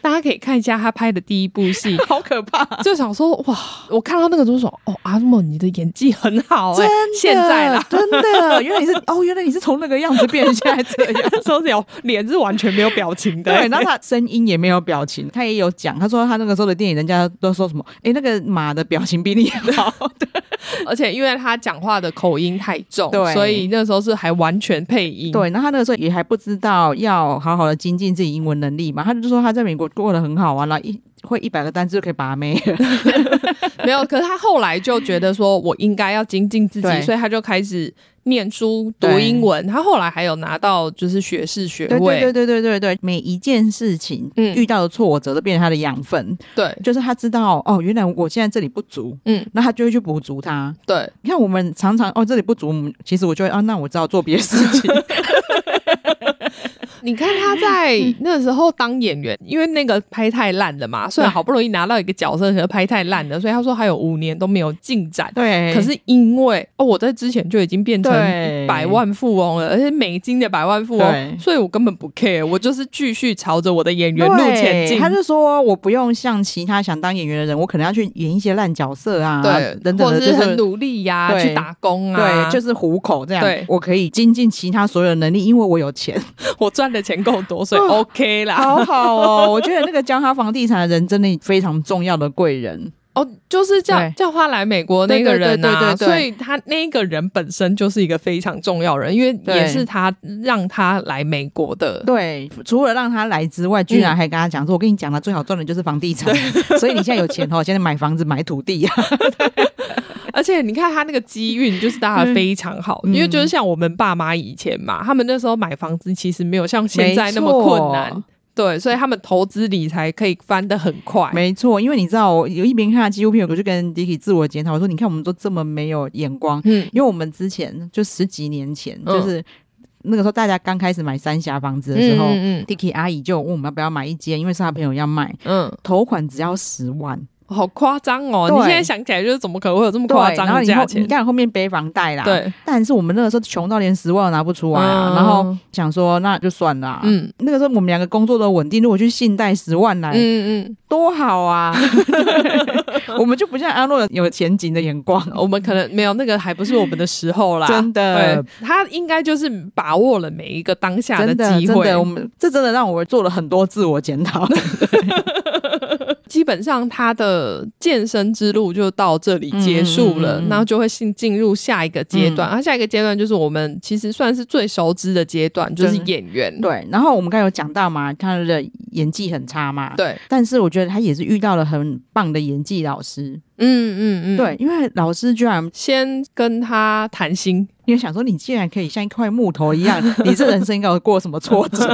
B: 大家可以看一下他拍的第一部戏
A: 好可怕。
B: 就想说哇，我看到那个就说哦，阿莫你的演技很好哎、现在啦，
A: 真的，原来你是 哦，原来你是从那个样子变成现在这 样。
B: 那时候是有脸是完全没有表情的、欸
A: 对，然后他声音也没有表情，他也有讲，他说他那个时候的电影，人家都说什么，哎，那个马的表情比你好，
B: 而且因为他讲话的口音太重，
A: 对
B: 所以那时候是还完全配音。
A: 对，那他那个时候也还不知道要好好的精进自己英文能力嘛，他就说他在美国过得很好啊，然后一会一百个单词就可以把妹。
B: 没有。可是他后来就觉得说，我应该要精进自己，
A: 对
B: 所以他就开始念书读
A: 对
B: 英文。他后来还有拿到就是学士 学
A: 对
B: 位，
A: 对对对对对对，每一件事情、
B: 嗯
A: 遇到的挫折都变成他的养分，
B: 对
A: 就是他知道哦，原来我现在这里不足，
B: 嗯
A: 嗯，那他就会去补足它。
B: 对
A: 你看我们常 常哦这里不足，我们其实我就会啊，那我只好做别的事情。
B: 你看他在
A: 嗯
B: 那时候当演员，因为那个拍太烂了嘛，虽然好不容易拿到一个角色，可是拍太烂了，所以他说还有五年都没有进展。
A: 对，
B: 可是因为哦，我在之前就已经变成
A: 对
B: 百万富翁了，而且美金的百万富翁，
A: 对
B: 所以我根本不 care，我就是继续朝着我的演员
A: 对
B: 路前进。
A: 他就说我不用像其他想当演员的人，我可能要去演一些烂角色啊，
B: 对，
A: 等
B: 或
A: 等
B: 者
A: 的，
B: 是
A: 就
B: 很
A: 是。
B: 努力呀、
A: 对
B: 去打工啊，
A: 对，就是糊口这样
B: 对，
A: 我可以精进其他所有的能力，因为我有钱。
B: 我赚的钱够多，所以 OK 啦。
A: 好好 哦，我觉得那个教他房地产的人真的非常重要的贵人。
B: 哦，就是叫
A: 对
B: 叫他来美国那个人
A: 对对
B: 啊，
A: 对对对
B: 所以他那个人本身就是一个非常重要人，因为
A: 对
B: 也是他让他来美国的。
A: 对，除了让他来之外，居然还跟他讲说：“我跟你讲了，最好赚的就是房地 产，所以你现在有钱哦，现在买房子、买土 地啊。
B: 而且你看他那个机运就是搭的非常好，
A: 嗯
B: 因为就是像我们爸妈以前嘛，他们那时候买房子其实没有像现在那么困难
A: 没错。
B: 对，所以他们投资理财可以翻得很快”。
A: 没错，因为你知道，我有一边看他纪录片，我就跟 Dicky 自我检讨，我说：“你看，我们都这么没有眼光，
B: 嗯，
A: 因为我们之前就十几年前，
B: 嗯
A: 就是那个时候大家刚开始买三峡房子的时候、
B: 嗯嗯
A: d i c k y 阿姨就问我们要不要买一间，因为是她朋友要卖，
B: 嗯，
A: 头款只要十万，
B: 嗯好夸张哦！
A: 对
B: 你现在想起来，就是怎么可能会有这么夸
A: 对
B: 张
A: 然后
B: 的
A: 你后
B: 价
A: 你
B: 钱？
A: 看后面背房贷啦，。
B: 对，
A: 但是我们那个时候穷到连十万都拿不出来啊，
B: 嗯
A: 然后想说那就算啦、嗯，
B: 嗯
A: 那个时候我们两个工作都稳定，如果去信贷十万来，
B: 嗯嗯，
A: 多好啊！ 我们就不像阿诺有前景的眼 光，
B: 我们可能没有那个还不是我们的时候啦，
A: 真的
B: 对，他应该就是把握了每一个当下
A: 真的
B: 机
A: 真
B: 会。
A: 的，我们这真的让我做了很多自我检 讨。
B: 基本上他的健身之路就到这里结束了，
A: 嗯嗯嗯嗯嗯
B: 然后就会进进入下一个阶段。而、下一个阶段就是我们其实算是最熟知的阶段，就是
A: 真的
B: 演员。
A: 对，然后我们刚才有讲到嘛，他的演技很差嘛，。
B: 对，
A: 但是我觉得他也是遇到了很棒的演技老师，
B: 嗯嗯嗯，
A: 对，，因为老师居然
B: 先跟他谈心。
A: 因为想说你既然可以像一块木头一 样，你这人生应该有过什么挫折？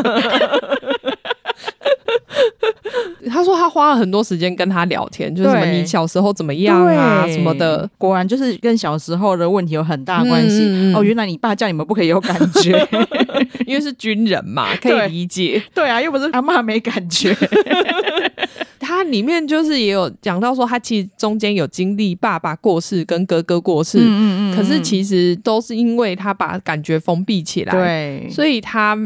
B: 他说他花了很多时间跟他聊天，就是什么
A: 对
B: 你小时候怎么样啊
A: 对
B: 什么的。，
A: 果然就是跟小时候的问题有很大关系。
B: 嗯嗯嗯
A: 哦，原来你爸叫你们不可以有感 觉，
B: 因为是军人嘛，可以
A: 对
B: 理解。
A: 对啊，又不是阿妈没感觉，
B: 他里面就是也有讲到说，他其实中间有经历爸爸过世跟哥哥过世，
A: 嗯
B: 可是其实都是因为他把感觉封闭起来，
A: 对，
B: 所以他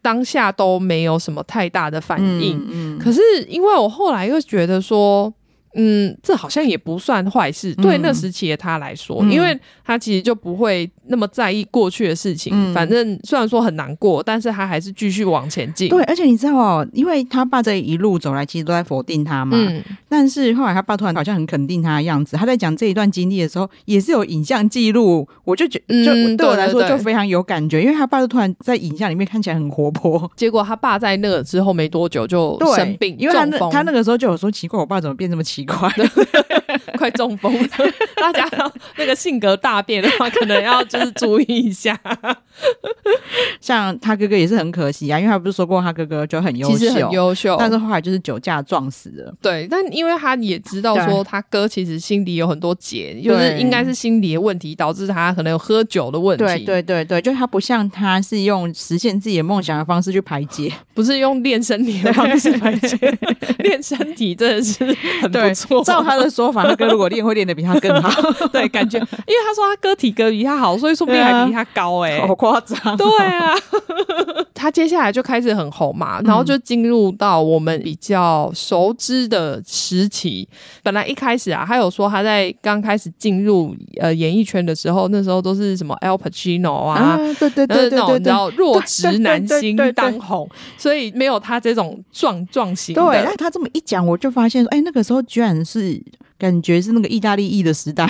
B: 当下都没有什么太大的反应。
A: 嗯
B: 可是因为我后来又觉得说。嗯，这好像也不算坏事，
A: 嗯
B: 对那时期的他来说，
A: 嗯
B: 因为他其实就不会那么在意过去的事情。
A: 嗯
B: 反正虽然说很难过，但是他还是继续往前进。
A: 对，，而且你知道哦，因为他爸这一路走来，其实都在否定他嘛。
B: 嗯，
A: 但是后来他爸突然好像很肯定他的样子，他在讲这一段经历的时候，也是有影像记录，我就觉
B: 嗯
A: 就、对我来说
B: 对对对
A: 就非常有感觉，因为他爸就突然在影像里面看起来很活泼，
B: 结果他爸在那个之后没多久就
A: 对，
B: 生病，
A: 因为他那
B: 中风
A: 他那个时候就有说奇怪，我爸怎么变这么奇怪？
B: 快中风， 大家要那个性格大变的话，可能要就是注意 一下。
A: 像他哥哥也是很可惜啊，因为他不是说过他哥哥就很优
B: 其
A: 秀，
B: 实很优秀，
A: 但是后来就是酒驾撞死了。
B: 对，但因为他也知道说他哥其实心里有很多结，就是应该是心理的问题导致他可能有喝酒的问题，
A: 对，对对对，就是他不像他是用实现自己的梦想的方式去排解，
B: 不是用练身体的方式来 解，练身体真的是很 不错。
A: 照他的说法，他哥如果练会练得比他更好，
B: 对感觉，因为他说他哥体格比他好，所以说不定
A: 啊
B: 还比他高哎、
A: 好夸 张。
B: 对啊， 他接下来就开始很红嘛，然后就进入到我们比较熟知的时期。本来一开始啊，他有说他在刚开始进入呃演艺圈的时候，那时候都是什么 Al Pacino 啊。
A: 啊，对对
B: 然后
A: 对对
B: 那种
A: 对
B: 你知
A: 对。
B: 道弱直男星
A: 对对对对对
B: 当红，所以没有他这种壮壮型
A: 对，
B: 的
A: 那，他这么一讲，我就发现说，哎、那个时候居然是感觉是那个意大利裔的时代，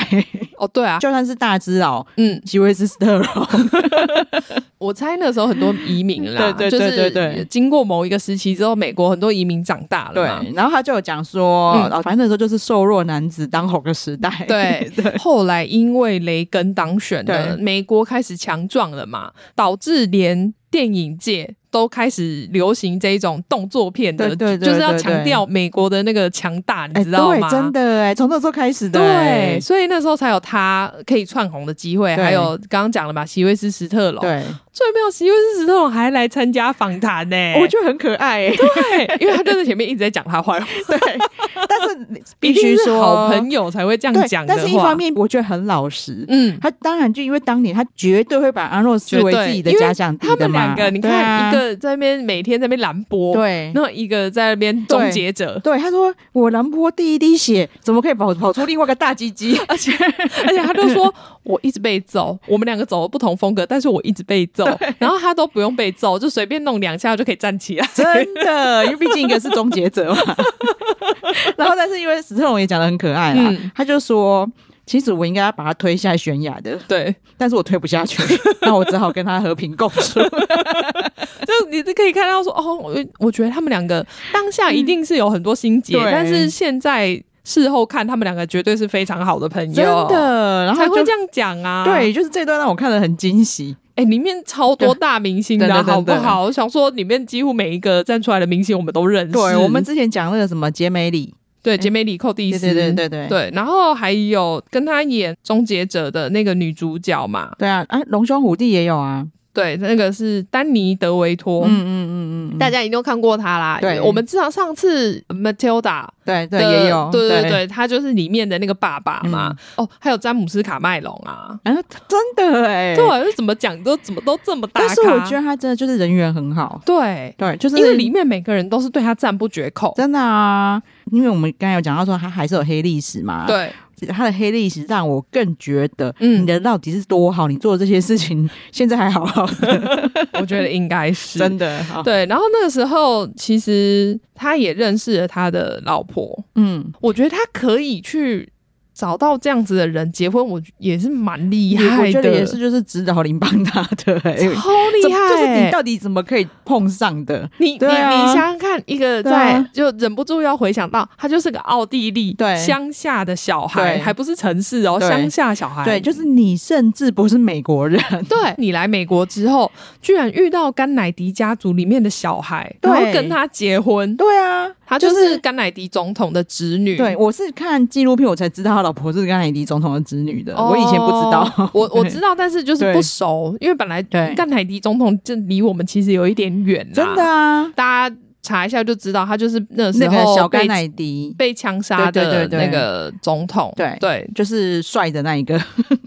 B: 哦，对啊，
A: 就算是大只佬，
B: 嗯，
A: 几位是 s t e r
B: 我猜那时候很多移民啦，
A: 对对对对对
B: 就是经过某一个时期之后，美国很多移民长大了嘛，
A: 对， 然后他就有讲说，
B: 嗯
A: 哦反正那时候就是瘦弱男子当红的时代，
B: 对后来因为雷根当选了，
A: 对
B: 美国开始强壮了嘛，导致连电影界。都开始流行这一种动作片的，
A: 对对对
B: 就是要
A: 对对
B: 强调美国的那个强大，你
A: 哎，
B: 知道
A: 对，
B: 吗？
A: 真的哎，从那时候开始的
B: 对，
A: 哎，
B: 所以那时候才有他可以窜红的机会，
A: 对
B: 还有刚刚讲了嘛，席维斯·史特龙，
A: 对，
B: 最妙，席维斯·史特龙还来参加访谈呢，
A: 我觉得很可爱 哎，
B: 对，因为他就在前面一直在讲他坏话，
A: 对，但 是 必
B: 一定
A: 须
B: 是
A: 说
B: 好朋友才会这样
A: 对
B: 讲，的
A: 但
B: 话。
A: 是一方面我觉得很老实，
B: 嗯，
A: 他当然就因为当年他绝对会把阿诺视为
B: 绝对
A: 自己的假想敌
B: 他
A: 的
B: 们
A: 嘛。
B: 两个，你
A: 对
B: 看
A: 啊
B: 一个在哦那边每天在那边拦波，，
A: 对
B: 然后一个在那边终 结者，
A: 对，他说我兰波第一滴血怎么可以跑跑出另外一个大鸡鸡？
B: 而且 而且他就说我一直被揍，我们两个走了不同风格，但是我一直被揍，然后他都不用被揍，就随便弄两下就可以站 起来。
A: 真的，因为毕竟一个是终结者嘛。然后，但是因为史特龙也讲的很可爱啦，啊
B: 嗯
A: 他就说。其实我应该要把他推下悬崖的，
B: 对，
A: 但是我推不下 去，那我只好跟他和平共处。
B: 就你是可以看到说，哦，我我觉得他们两个当下一定是有很多心结，
A: 嗯对
B: 但是现在事后看，他们两个绝对是非常好的朋友，
A: 真的，然后
B: 才
A: 就
B: 会这样讲啊。
A: 对，就是这段让我看了很惊喜。
B: 哎、里面超多大明星的，
A: 对对对
B: 好不
A: 对
B: 好？我想说，里面几乎每一个站出来的明星，我们都认识。
A: 对我 们之前讲那个什么杰美里，
B: 对杰梅里寇蒂
A: 对
B: 斯，
A: 对对对对
B: 对然后还有跟他演《终结者》的那个女主角嘛，
A: 对啊，啊，龙兄虎弟也有啊，
B: 对，那个是丹尼德维托。
A: 嗯嗯嗯嗯，
B: 哦大家一定都看过他啦，
A: 对
B: 我们至少上次 Matilda
A: 对对
B: 的
A: 也有，
B: 对对
A: 对，嗯
B: 对，他就是里面的那个爸爸嘛。哦，还有詹姆斯卡麦隆啊，
A: 啊，真的哎，
B: 对，啊就怎么讲都怎么都这么大
A: 但
B: 咖，
A: 是我觉得他真的就是人缘很好，
B: 对，
A: 对，就是
B: 因为里面每个人都是对他赞不绝口，
A: 真的啊，因为我们刚才有讲到说他还是有黑历史嘛，，
B: 对，
A: 他的黑历史让我更觉得，
B: 嗯
A: 啊你的到底是多好，你做的这些事 情现在还好好的，
B: 我觉得应该是
A: 真的，好
B: 对，然后那个时候，其实他也认识了他的老婆。
A: 嗯，
B: 我觉得他可以去找到这样子的人结婚，我也是蛮厉害的，
A: 我觉得也是，就是指导林帮他的、欸，
B: 超厉害、
A: 就是你到底怎么可以碰上的？
B: 你你、
A: 对啊
B: 你想想看，一个
A: 对
B: 在、
A: 啊
B: 就忍不住要回想到，他就是个奥地利
A: 对
B: 乡下的小孩，
A: 对
B: 还不是城市哦，
A: 对
B: 乡下小孩。
A: 对，就是你甚至不是美国人，
B: 对你来美国之后，居然遇到甘乃迪家族里面的小孩，然
A: 对
B: 后跟他结婚，
A: 对啊，
B: 他就
A: 就是
B: 是甘乃迪总统的侄女。
A: 对，我是看纪录片我才知道他老婆是甘乃迪总统的子女的，
B: 哦
A: 我以前不知道。
B: 我 我
A: 对
B: 知道，但是就是
A: 对
B: 不熟，因为本来
A: 对
B: 甘乃迪总统就离我们其实有一点远啦，
A: 真的啊，
B: 大家查一下就知道，他就是那时
A: 那个
B: 候
A: 小甘
B: 被
A: 乃迪
B: 被枪杀的
A: 对对对
B: 那
A: 对
B: 个总统。
A: 对
B: 对，
A: 就是帅的那一个，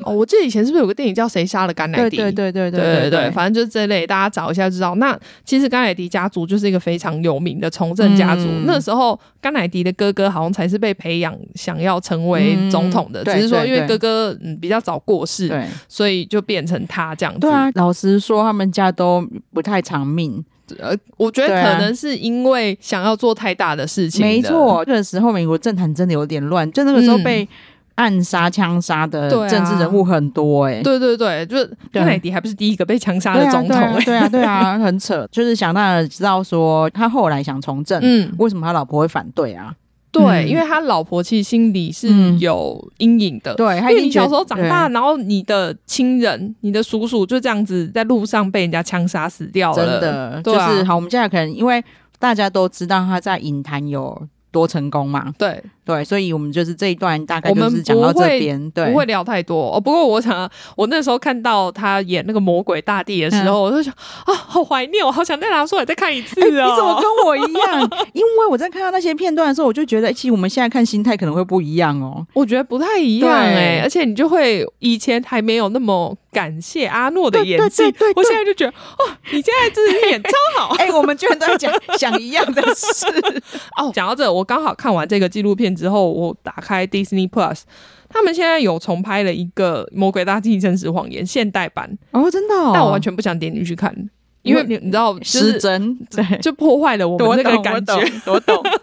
B: 哦，我记得以前是不是有个电影叫《谁杀了甘乃
A: 对
B: 迪》？
A: 对对对
B: 对
A: 对
B: 对反正就是这类，大家找一下就知道。那其实甘乃迪家族就是一个非常有名的从政家族。
A: 嗯
B: 那时候甘乃迪的哥哥好像才是被培养想要成为总统的，
A: 嗯对
B: 只是说因为
A: 对对
B: 哥哥嗯比较早过世，
A: 对
B: 所以就变成他这样子。
A: 对啊！老实说，他们家都不太长命，
B: 呃，我觉得
A: 对啊
B: 可能是因为想要做太大的事情的，
A: 没错。那个时候美国政坛真的有点乱，就那个时候
B: 嗯
A: 被暗杀、枪杀的
B: 对啊
A: 政治人物很多、欸，哎、
B: 对对对，就是
A: 对
B: 甘乃迪还不是第一个被枪杀
A: 对
B: 的
A: 啊，
B: 总
A: 对
B: 统、
A: 啊，
B: 欸，
A: 对啊，对啊，很扯。就是想当然地知道说，他后来想从政，
B: 嗯，
A: 为什么他老婆会反对啊？
B: 对，
A: 嗯
B: 因为他老婆其实心里是
A: 嗯
B: 有阴影的。
A: 对，他
B: 因
A: 已
B: 为你
A: 经觉
B: 小
A: 得
B: 时候长大，，然后你的亲人、你的叔叔就这样子在路上被人家枪杀死掉
A: 对真
B: 了，
A: 的就
B: 对啊
A: 是好。我们现在可能因为大家都知道他在影坛有多成功嘛，
B: 对，
A: 对，所以我们就是这一段大概
B: 我
A: 就
B: 们
A: 是讲
B: 不
A: 到这
B: 会
A: 边，对，
B: 不会聊太多哦。不过我想，我那时候看到他演那个《魔鬼大帝》的时候，我就想啊，好怀念，我好想再拿出来再看一次哦。
A: 嗯哎你怎么跟我一 样？因为我在看到那些片段的时候，我就觉得，哎其实我们现在看心态可能会不一样哦。
B: 我觉得不太一样
A: 对
B: 哎、而且你就会以前还没有那么感谢阿诺的演技，
A: 对对对对
B: 我现在就觉得哦，你现在真的 是演超好
A: 哎、我们居然都在 讲想一样的事，
B: 哦。讲到这，我刚好看完这个纪录片之后，我打开 Disney Plus，他们现在有重拍了一个《魔鬼大帝真实谎言》现代版，
A: 哦，真的、哦，
B: 但我完全不想点进去看，因为
A: 因为
B: 你知道，就
A: 失
B: 是
A: 真，对，
B: 就破坏了我
A: 我
B: 们那个
A: 懂
B: 感觉。，
A: 我懂，我懂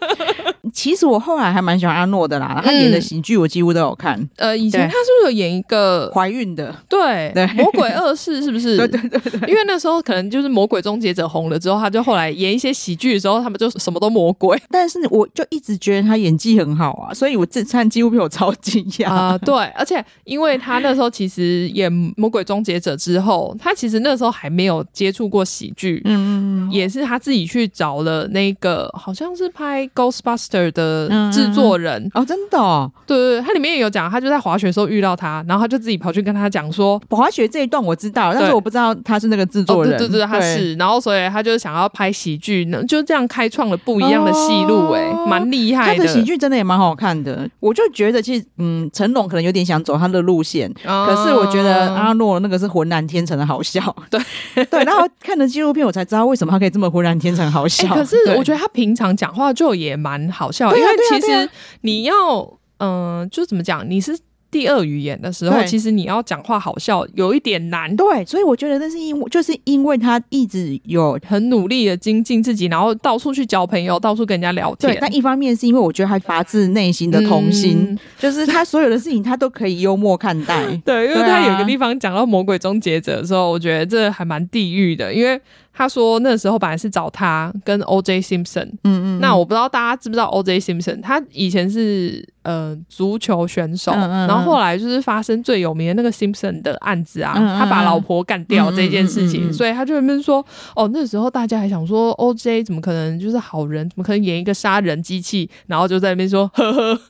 A: 其实我后来还蛮喜欢阿诺的啦，他演的
B: 嗯
A: 喜剧我几乎都有看。
B: 呃，以前
A: 对
B: 他是不是有演一个
A: 怀孕的，
B: 对
A: 对
B: 魔鬼二世是不是？
A: 对对对对，
B: 因为那时候可能就是《魔鬼终结者》红了之后，他就后来演一些喜剧的时候，他们就什么都魔鬼
A: 但是我就一直觉得他演技很好啊，所以我这看纪录片我超惊讶。
B: 啊、对，而且因为他那时候其实演《魔鬼终结者》之后，他其实那时候还没有接触过喜剧，
A: 嗯嗯嗯，
B: 也是他自己去找了那个好像是拍《Ghostbuster》的
A: 嗯
B: 制作人，
A: 哦，真的、哦，
B: 对对对，他里面也有讲，他就在滑雪的时候遇到他，然后他就自己跑去跟他讲说，
A: 滑雪这一段我知道，但是
B: 对
A: 我不知道他是那个制
B: 哦，
A: 作
B: 对
A: 人。
B: 对对，他是，然后所以他就想要拍喜剧，那就这样开创了不一样的戏路、欸，
A: 哦
B: 蛮厉
A: 他
B: 害
A: 的喜剧真的也蛮好看的，我就觉得其实，嗯，成龙可能有点想走他的路线，可是我觉得
B: 啊。
A: 阿诺那个是浑然天成的好 笑，对 对。然后看了纪录片，我才知道为什么他可以这么浑然天成好笑。
B: 欸可是
A: 对
B: 我觉得他平常讲话就也蛮好笑的，
A: 对
B: 因
A: 啊
B: 为
A: 对啊
B: 其
A: 对啊
B: 实你要，嗯、就怎么讲，你是第二语言的时候，
A: 对
B: 其实你要讲话好笑有一点难，
A: 对，所以我觉得那是因为就是因为他一直有
B: 很努力的精进自己，然后到处去交朋友，到处跟人家聊
A: 对，
B: 天。
A: 但一方面是因为我觉得他发自内心的童心，
B: 嗯。
A: 就是他所有的事情他都可以幽默看待
B: 对，因为
A: 对啊
B: 他有个地方讲到魔鬼终结者的时候，我觉得这还蛮地狱的，因为他说那时候本来是找他跟 O.J. Simpson，
A: 嗯嗯，
B: 那我不知道大家知不知道 O.J. Simpson，他以前是呃足球选手，
A: 嗯嗯嗯
B: 然后后来就是发生最有名的那个 Simpson 的案子啊，
A: 嗯嗯嗯
B: 他把老婆干掉
A: 嗯嗯
B: 这件事情，
A: 嗯嗯嗯
B: 所以他就在那边说，哦，那时候大家还想说 O.J. 怎么可能就是好人，怎么可能演一个杀人机器，然后就在那边说，呵呵，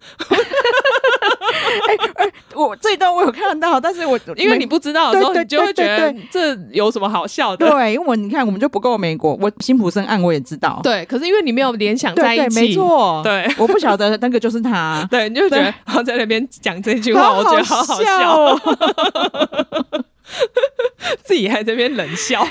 A: 我这一段我有看到，但是我
B: 因为你。不知道的时候，
A: 对
B: 你就会觉
A: 对对
B: 得这有什么好笑的。
A: 对，因为我你看，我们就不够美国。我辛普森案我也知道，
B: 对，可是因为你没有联想在
A: 对
B: 一
A: 对，
B: 起，
A: 没错，
B: 对，，
A: 我不晓得那个就是他
B: 对，你就觉得
A: 对
B: 然后在那边讲这句话，我觉得好好笑，
A: 哦。
B: 自己还在那边冷笑。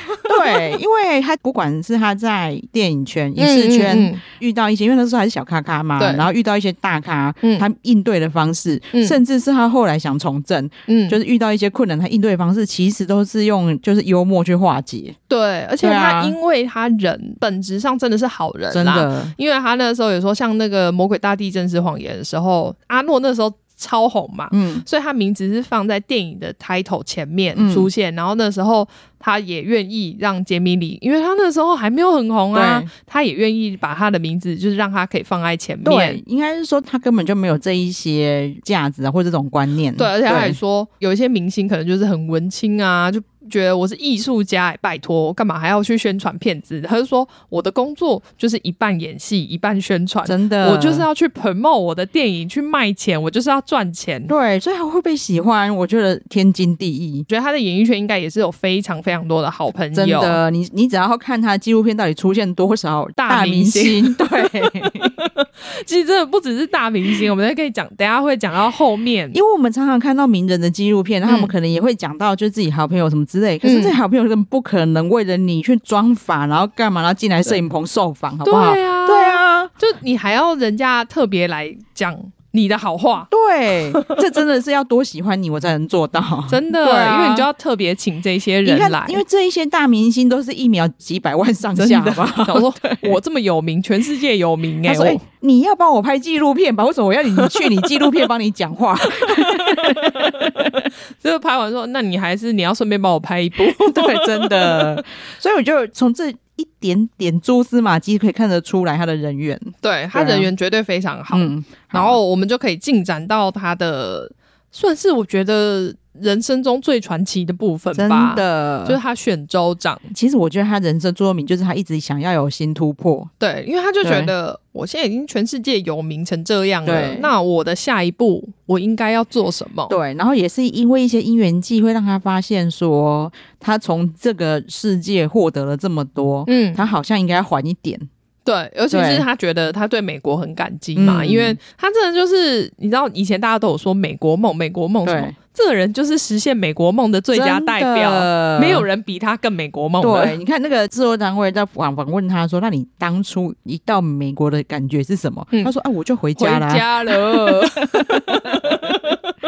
A: 对，因为他不管是他在电影圈、影视圈、
B: 嗯嗯嗯
A: 遇到一些，因为那时候还是小咖咖嘛，
B: 对
A: 然后遇到一些大咖，
B: 嗯
A: 他应对的方式，
B: 嗯
A: 甚至是他后来想从政，
B: 嗯，
A: 就
B: 就是
A: 遇到一些困难，他应对的方式其实都是用就是幽默去化解，
B: 对，而且
A: 对
B: 他
A: 啊
B: 因为他人本质上真的是好人啦，
A: 真的。
B: 因为他那时候有时候像那个《魔鬼大地震是谎言》的时候，阿诺那时候超红嘛。
A: 嗯，
B: 所以他名字是放在电影的 title 前面
A: 嗯
B: 出现，然后那时候他也愿意让杰米里，因为他那时候还没有很红啊
A: 对，
B: 他也愿意把他的名字就是让他可以放在前面
A: 对，，应该是说他根本就没有这一些价值啊，或者这种观念。
B: 对，而且他还说，有一些明星可能就是很文青啊，就觉得我是艺术家、哎拜托，我干嘛还要去宣传骗子？他就说，我的工作就是一半演戏，一半宣传，
A: 真的，
B: 我就是要去 promote 我的电影，去卖钱，我就是要赚钱。我
A: 对，所以他会被喜欢，我觉得天经地义。
B: 觉得他的演艺圈应该也是有非常非常多的好朋
A: 真
B: 友，
A: 的，你你只要看他的纪录片到底出现多少
B: 大明
A: 明
B: 星
A: 星， 对，
B: 其实真的不只是大明星，我们再可以讲，等一下会讲到后面。
A: 因为我们常常看到名人的纪录片，然后我们可能也会讲到就是自己好朋友什么之
B: 嗯
A: 类，可是这些好朋友根本不可能为了你去装法，然后干嘛，然后进来摄影棚受访，好不好？
B: 对啊，
A: 对，啊，
B: 就你还要人家特别来讲你的好话，
A: 对，这真的是要多喜欢你，我才能做到。
B: 真的，
A: 对啊
B: 因为你就要特别请这些
A: 你
B: 人
A: 看
B: 来，，
A: 因为这一些大明星都是一秒几百万上
B: 真
A: 下，
B: 的啊
A: 好不好？
B: 想说 我这么有名，全世界有名
A: 他
B: 哎、
A: 说：“
B: 我
A: 哎、你要帮我拍纪录片吧？为什么我要你去你纪录片帮你讲 话？
B: 就是拍完说，那你还是你要顺便帮我拍一部，
A: 对，真的。所以我就从这一点点蛛丝马迹可以看得出来他的人缘。
B: 对他
A: 对啊
B: 人缘绝对非常好，啊
A: 嗯，
B: 然后我们就可以进展到他的，算是我觉得人生中最传奇的部分
A: 真
B: 吧，
A: 的
B: 就是他选州长，
A: 其实我觉得他人生座右铭就是他一直想要有新突破。
B: 对，因为他就觉
A: 对
B: 得我现在已经全世界有名成这样了
A: 对，
B: 那我的下一步我应该要做什么？
A: 对，然后也是因为一些因缘际会，让他发现说他从这个世界获得了这么多，
B: 嗯，
A: 他好像应该要还一点。
B: 对，尤其是
A: 对
B: 他觉得他对美国很感激嘛，
A: 嗯
B: 因为他真的就是你知道，以前大家都有说美国梦，美国梦什么
A: 对，
B: 这个人就是实现美国梦的最佳代表，
A: 真的
B: 没有人比他更美国梦了
A: 对，。你看那个制作单位在访访问他说：“那你当初一到美国的感觉是什么？”
B: 嗯
A: 他说：“啊，我就回
B: 回
A: 家啦，
B: 家 了，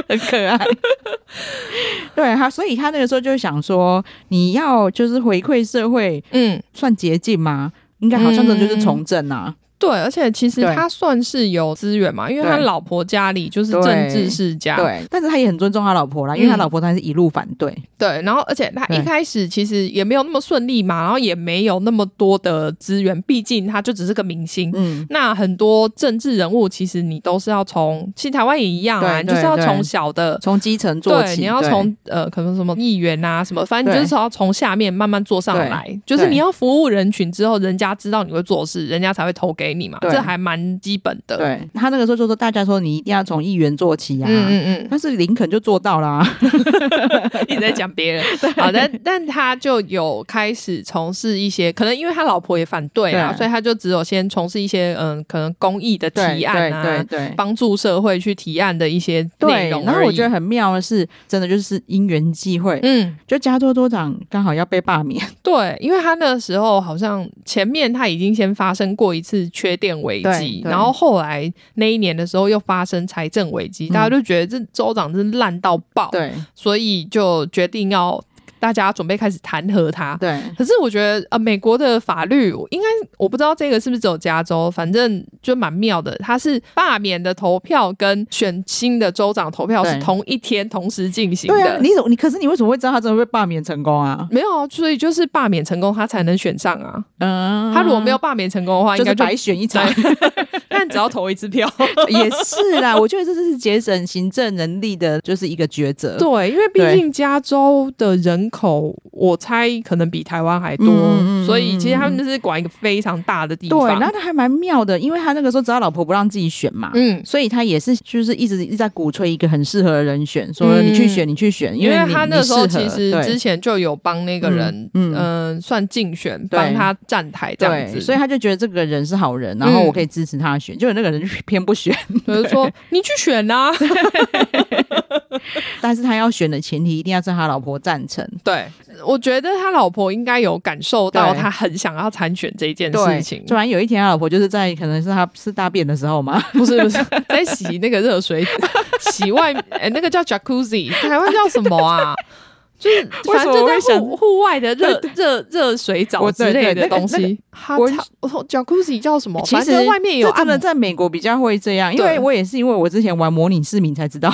A: 很可爱。” 对他，所以他那个时候就想说：“你要就是回馈社会，
B: 嗯，
A: 算捷径吗？应该好像这就是从政啊。
B: 对，而且其实
A: 对
B: 他算是有资源嘛，因为他
A: 对
B: 老婆家里就是
A: 对
B: 政治世家，
A: 对，但是他也很尊重他老婆啦，因为
B: 嗯
A: 他老婆当然是一路反对，
B: 对，然后而且他
A: 对
B: 一开始其实也没有那么顺利嘛，然后也没有那么多的资源，毕竟他就只是个明星。
A: 嗯，
B: 那很多政治人物，其实你都是要从，其实台湾也一样
A: 对
B: 啊，你就是
A: 对
B: 要
A: 对
B: 从小的。
A: 从基层做
B: 对，
A: 起，
B: 你要
A: 对
B: 从呃，可能什么议员啊，什么，反正你
A: 对
B: 就是要从下面慢慢做上
A: 对
B: 来，就是
A: 对
B: 你要服务人群之后，人家知道你会做事，人家才会投给你嘛，
A: 对
B: 这还蛮基本的。
A: 对他那个时候就说，大家说你一定要从议员做起呀、
B: 嗯嗯嗯，
A: 但是林肯就做到啦、
B: 一直在讲 别人。好，但但他就有开始从事一些，可能因为他老婆也反对啊，
A: 对
B: 所以他就只有先从事一些嗯，可能公益的
A: 对
B: 提案啊
A: 对对，对
B: 帮助社会去提案的一些内
A: 对。
B: 容
A: 然后
B: 而
A: 我
B: 已
A: 觉得很妙的是，真的就是因缘际会，
B: 嗯，
A: 就加州州长刚好要被罢免，
B: 对，因为他那时候好像前面他已经先发生过一次缺电危机
A: 对，对
B: 然后后来那一年的时候又发生财政危机，
A: 嗯
B: 大家就觉得这州长真是烂到爆，
A: 对
B: 所以就决定要大家准备开始弹劾他。
A: 对
B: 可是我觉得，呃，美国的法律应该我不知道这个是不是只有加州，反正就蛮妙的。它是罢免的投票跟选新的州长投票是
A: 对
B: 同一天同时进行
A: 对啊！
B: 的。
A: 你怎么你可是你为什么会知道他真的会被罢免成功啊？
B: 没有啊，所以就是罢免成功，他才能选上啊。
A: 嗯，
B: 他如果没有罢免成功的话，
A: 就
B: 应该
A: 是
B: 就
A: 白选一场，
B: 但只要投一次票。
A: 也是啦。我觉得这就是节省行政人力的，就是一个抉择。
B: 对，因为毕
A: 对
B: 竟加州的人口，我猜可能比台湾还多，
A: 嗯嗯嗯
B: 所以其实他们就是管一个非常大的地
A: 对，
B: 方。
A: 然后他还蛮妙的，因为他那个时候只要老婆不让自己选嘛，
B: 嗯，
A: 所以他也是就是一直一直在鼓吹一个很适合的人选，说
B: 嗯
A: 你去选，你去选，
B: 因
A: 为
B: 为
A: 你
B: 他那时候其实之
A: 对
B: 前就有帮那个人，嗯
A: 嗯，
B: 算竞选，
A: 对
B: 帮他站台这样子，
A: 对，所以他就觉得这个人是好人，
B: 嗯
A: 然后我可以支持他选，结果那个人就 偏不选，
B: 就是说你去选 啊，
A: 但是他要选的前提一定要是他老婆赞成。
B: 对，我觉得他老婆应该有感受到
A: 对
B: 他很想要参选这件
A: 对
B: 事，情，
A: 突然有一天，他老婆就是在可能是他是大便的时候嘛，
B: 不是不是在洗那个热水， 洗外哎、那个叫 jacuzzi，台湾叫什么啊？就是
A: 为
B: 反
A: 什
B: 正
A: 么
B: 就
A: 我
B: 在
A: 会想
B: 户户外的热热热水澡
A: 我
B: 之
A: 对
B: 类
A: 对
B: 的
A: 那个
B: 东
A: 那
B: 西，哈
A: 我
B: 操我操 jacuzzi 叫什么？
A: 其
B: 反
A: 实
B: 正外面有
A: 这
B: 按
A: 真
B: 摩
A: 的在美国比较会这样，因
B: 对哦
A: 为我也是因为我之前玩模拟市民才知道，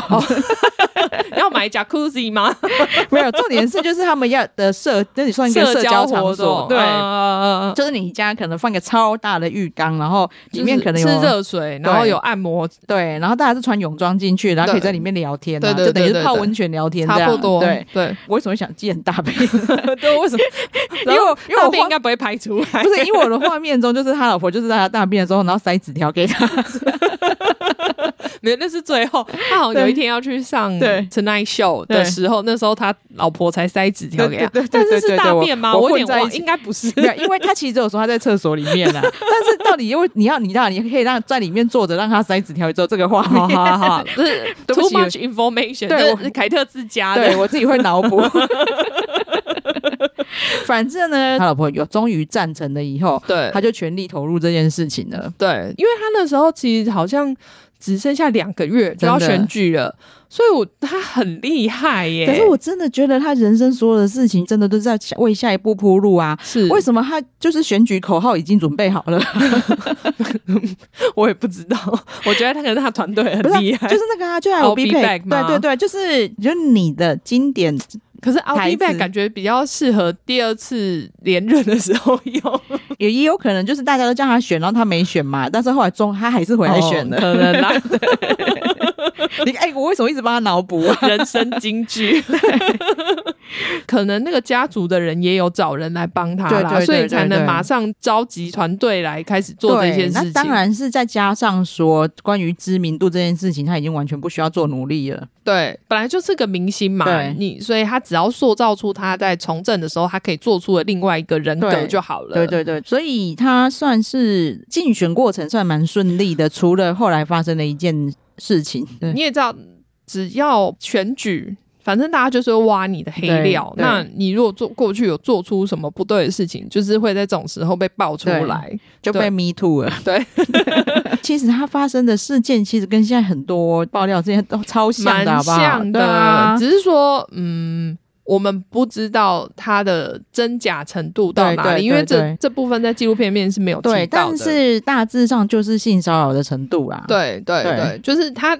B: 要买 jacuzzi 吗？
A: 没有重点是就是他们要的社，这里算一个
B: 社
A: 交
B: 活
A: 场所
B: 动，，
A: 对，
B: 嗯嗯嗯嗯
A: 就是你家可能放个超大的浴缸，然后里面可能有
B: 就是热水，然后有按摩，
A: 对，然后大家是穿泳装进去，然后可以在里面聊天、啊，
B: 对对
A: 就等于
B: 对
A: 是
B: 对
A: 泡
B: 对
A: 温泉聊天这
B: 差
A: 样，
B: 不多，
A: 对。
B: 对
A: 我为什么想记很 大便？
B: 对，为什么？
A: 因为我因为
B: 大
A: 我
B: 便应
A: 画
B: 该不会排出来
A: 不，是因为我的画面中就是他老婆就是在他大便的时候，然后塞纸条给他，
B: 没有，那是最后。他好像有一天要去上
A: 对
B: Tonight Show 的时候，那时候他老婆才塞纸条给他
A: 对对，对
B: 但是
A: 对对
B: 是
A: 对
B: 大
A: 我
B: 便吗？
A: 我
B: 我
A: 混
B: 有点
A: 在一
B: 忘，
A: 起
B: 应该 不是。
A: 没有因为他其实只有说他在厕所里面啊啦， 但是到底因为你要你让你可以让在里面坐着让他塞纸条之后，这个画
B: 好
A: 面，
B: 好好，这是
A: 对不
B: too
A: 起
B: much information，
A: 对
B: 这
A: 我
B: 是凯特自 家
A: 对
B: 的。
A: 我自己会脑补。 反正呢，他老婆有终于赞成了以后，
B: 对
A: 他就全力投入这件事情了。
B: 对，因为他那时候其实好像只剩下两个月就要
A: 真的
B: 选举了，所以我他很厉害耶。
A: 可是我真的觉得他人生所有的事情，真的都是在为下一步铺路啊。
B: 是
A: 为什么他就是选举口号已经准备好了？
B: 我也不知道， 我觉得他可能他团队很
A: 不是啊，
B: 厉害，哦
A: 就是那个啊，就
B: I'll
A: I'll
B: be
A: be back，
B: back 吗
A: 对对对，就是就是你的经典，
B: 可是 I'll
A: 台
B: be
A: 词
B: back 感觉比较适合第二次连任的时候用，
A: 也也有可能就是大家都叫他选，然后他没选嘛，但是后来中他还是回来选
B: 哦
A: 的。
B: 可能啦，
A: 你哎、我为什么一直帮他脑补啊？
B: 人生金句。可能那个家族的人也有找人来帮他啦，
A: 对对对
B: 所以才
A: 对
B: 能
A: 对
B: 马上召集团队来开始 做这
A: 对
B: 件事
A: 那
B: 情。
A: 当然是再加上说关于知名度这件事情，他已经完全不需要做努力了。
B: 对，本来就是个明星嘛，
A: 对
B: 你所以他只要塑造出他在从政的时候他可以做出的另外一个人格
A: 对
B: 就好了。
A: 对对对，所以他算是竞选过程算蛮顺利的，除了后来发生的一件事情。对
B: 你也知道，只要选举，反正大家就是会挖你的黑料。
A: 对对
B: 那你如果做过去有做出什么不对的事情，就是会在这种时候被爆出来。
A: 就被 me too 了。
B: 对，
A: 其实它发生的事件其实跟现在很多爆料之间都超像
B: 蛮
A: 的，好不好？啊
B: 像的，
A: 对啊
B: 只是说，嗯，我们不知道它的真假程度到哪里，
A: 对对对
B: 因为这
A: 对
B: 这部分在纪录片里面是没有提到的。
A: 对，但是大致上就是性骚扰的程度啦。
B: 对对
A: 对
B: 对，就是他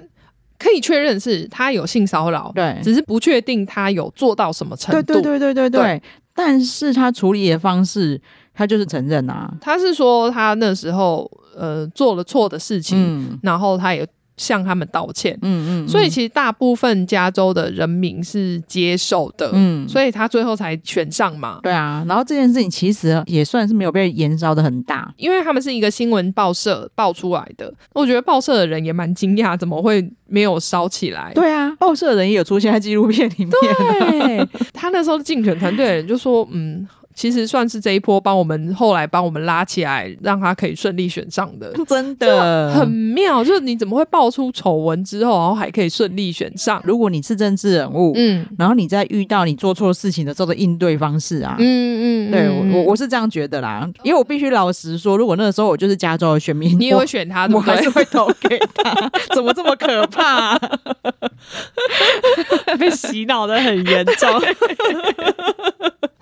B: 可以确认是他有性骚扰，
A: 对
B: 只是不确定他有做到什么程
A: 对
B: 度。
A: 对对对对对，但是他处理的方式，他就是承认啊。
B: 他是说他那时候呃做了错的事情，
A: 嗯
B: 然后他也向他们道歉，
A: 嗯嗯，
B: 所以其实大部分加州的人民是接受的，
A: 嗯，
B: 所以他最后才选上嘛。
A: 对啊，然后这件事情其实也算是没有被延烧的很大。
B: 因为他们是一个新闻报社爆出来的，我觉得报社的人也蛮惊讶，怎么会没有烧起来？
A: 对啊，报社人也有出现在纪录片里面。
B: 对， 他那时候竞选团队的人就说，嗯，其实算是这一波帮我们后来帮我们拉起来，让他可以顺利选上的。
A: 真的
B: 很。妙，就是你怎么会爆出丑闻之后，然后还可以顺利选上？
A: 如果你是政治人物，
B: 嗯
A: 然后你在遇到你做错事情的时候的应对方式啊，
B: 嗯嗯，
A: 对
B: 嗯
A: 我我我是这样觉得啦，因为我必须老实说，如果那个时候我就是加州的选民，
B: 你也
A: 我
B: 会选他，对
A: 我
B: 不
A: 还是
B: 对？
A: 会投给他，怎么这么可 怕、啊
B: 被洗脑的很严重。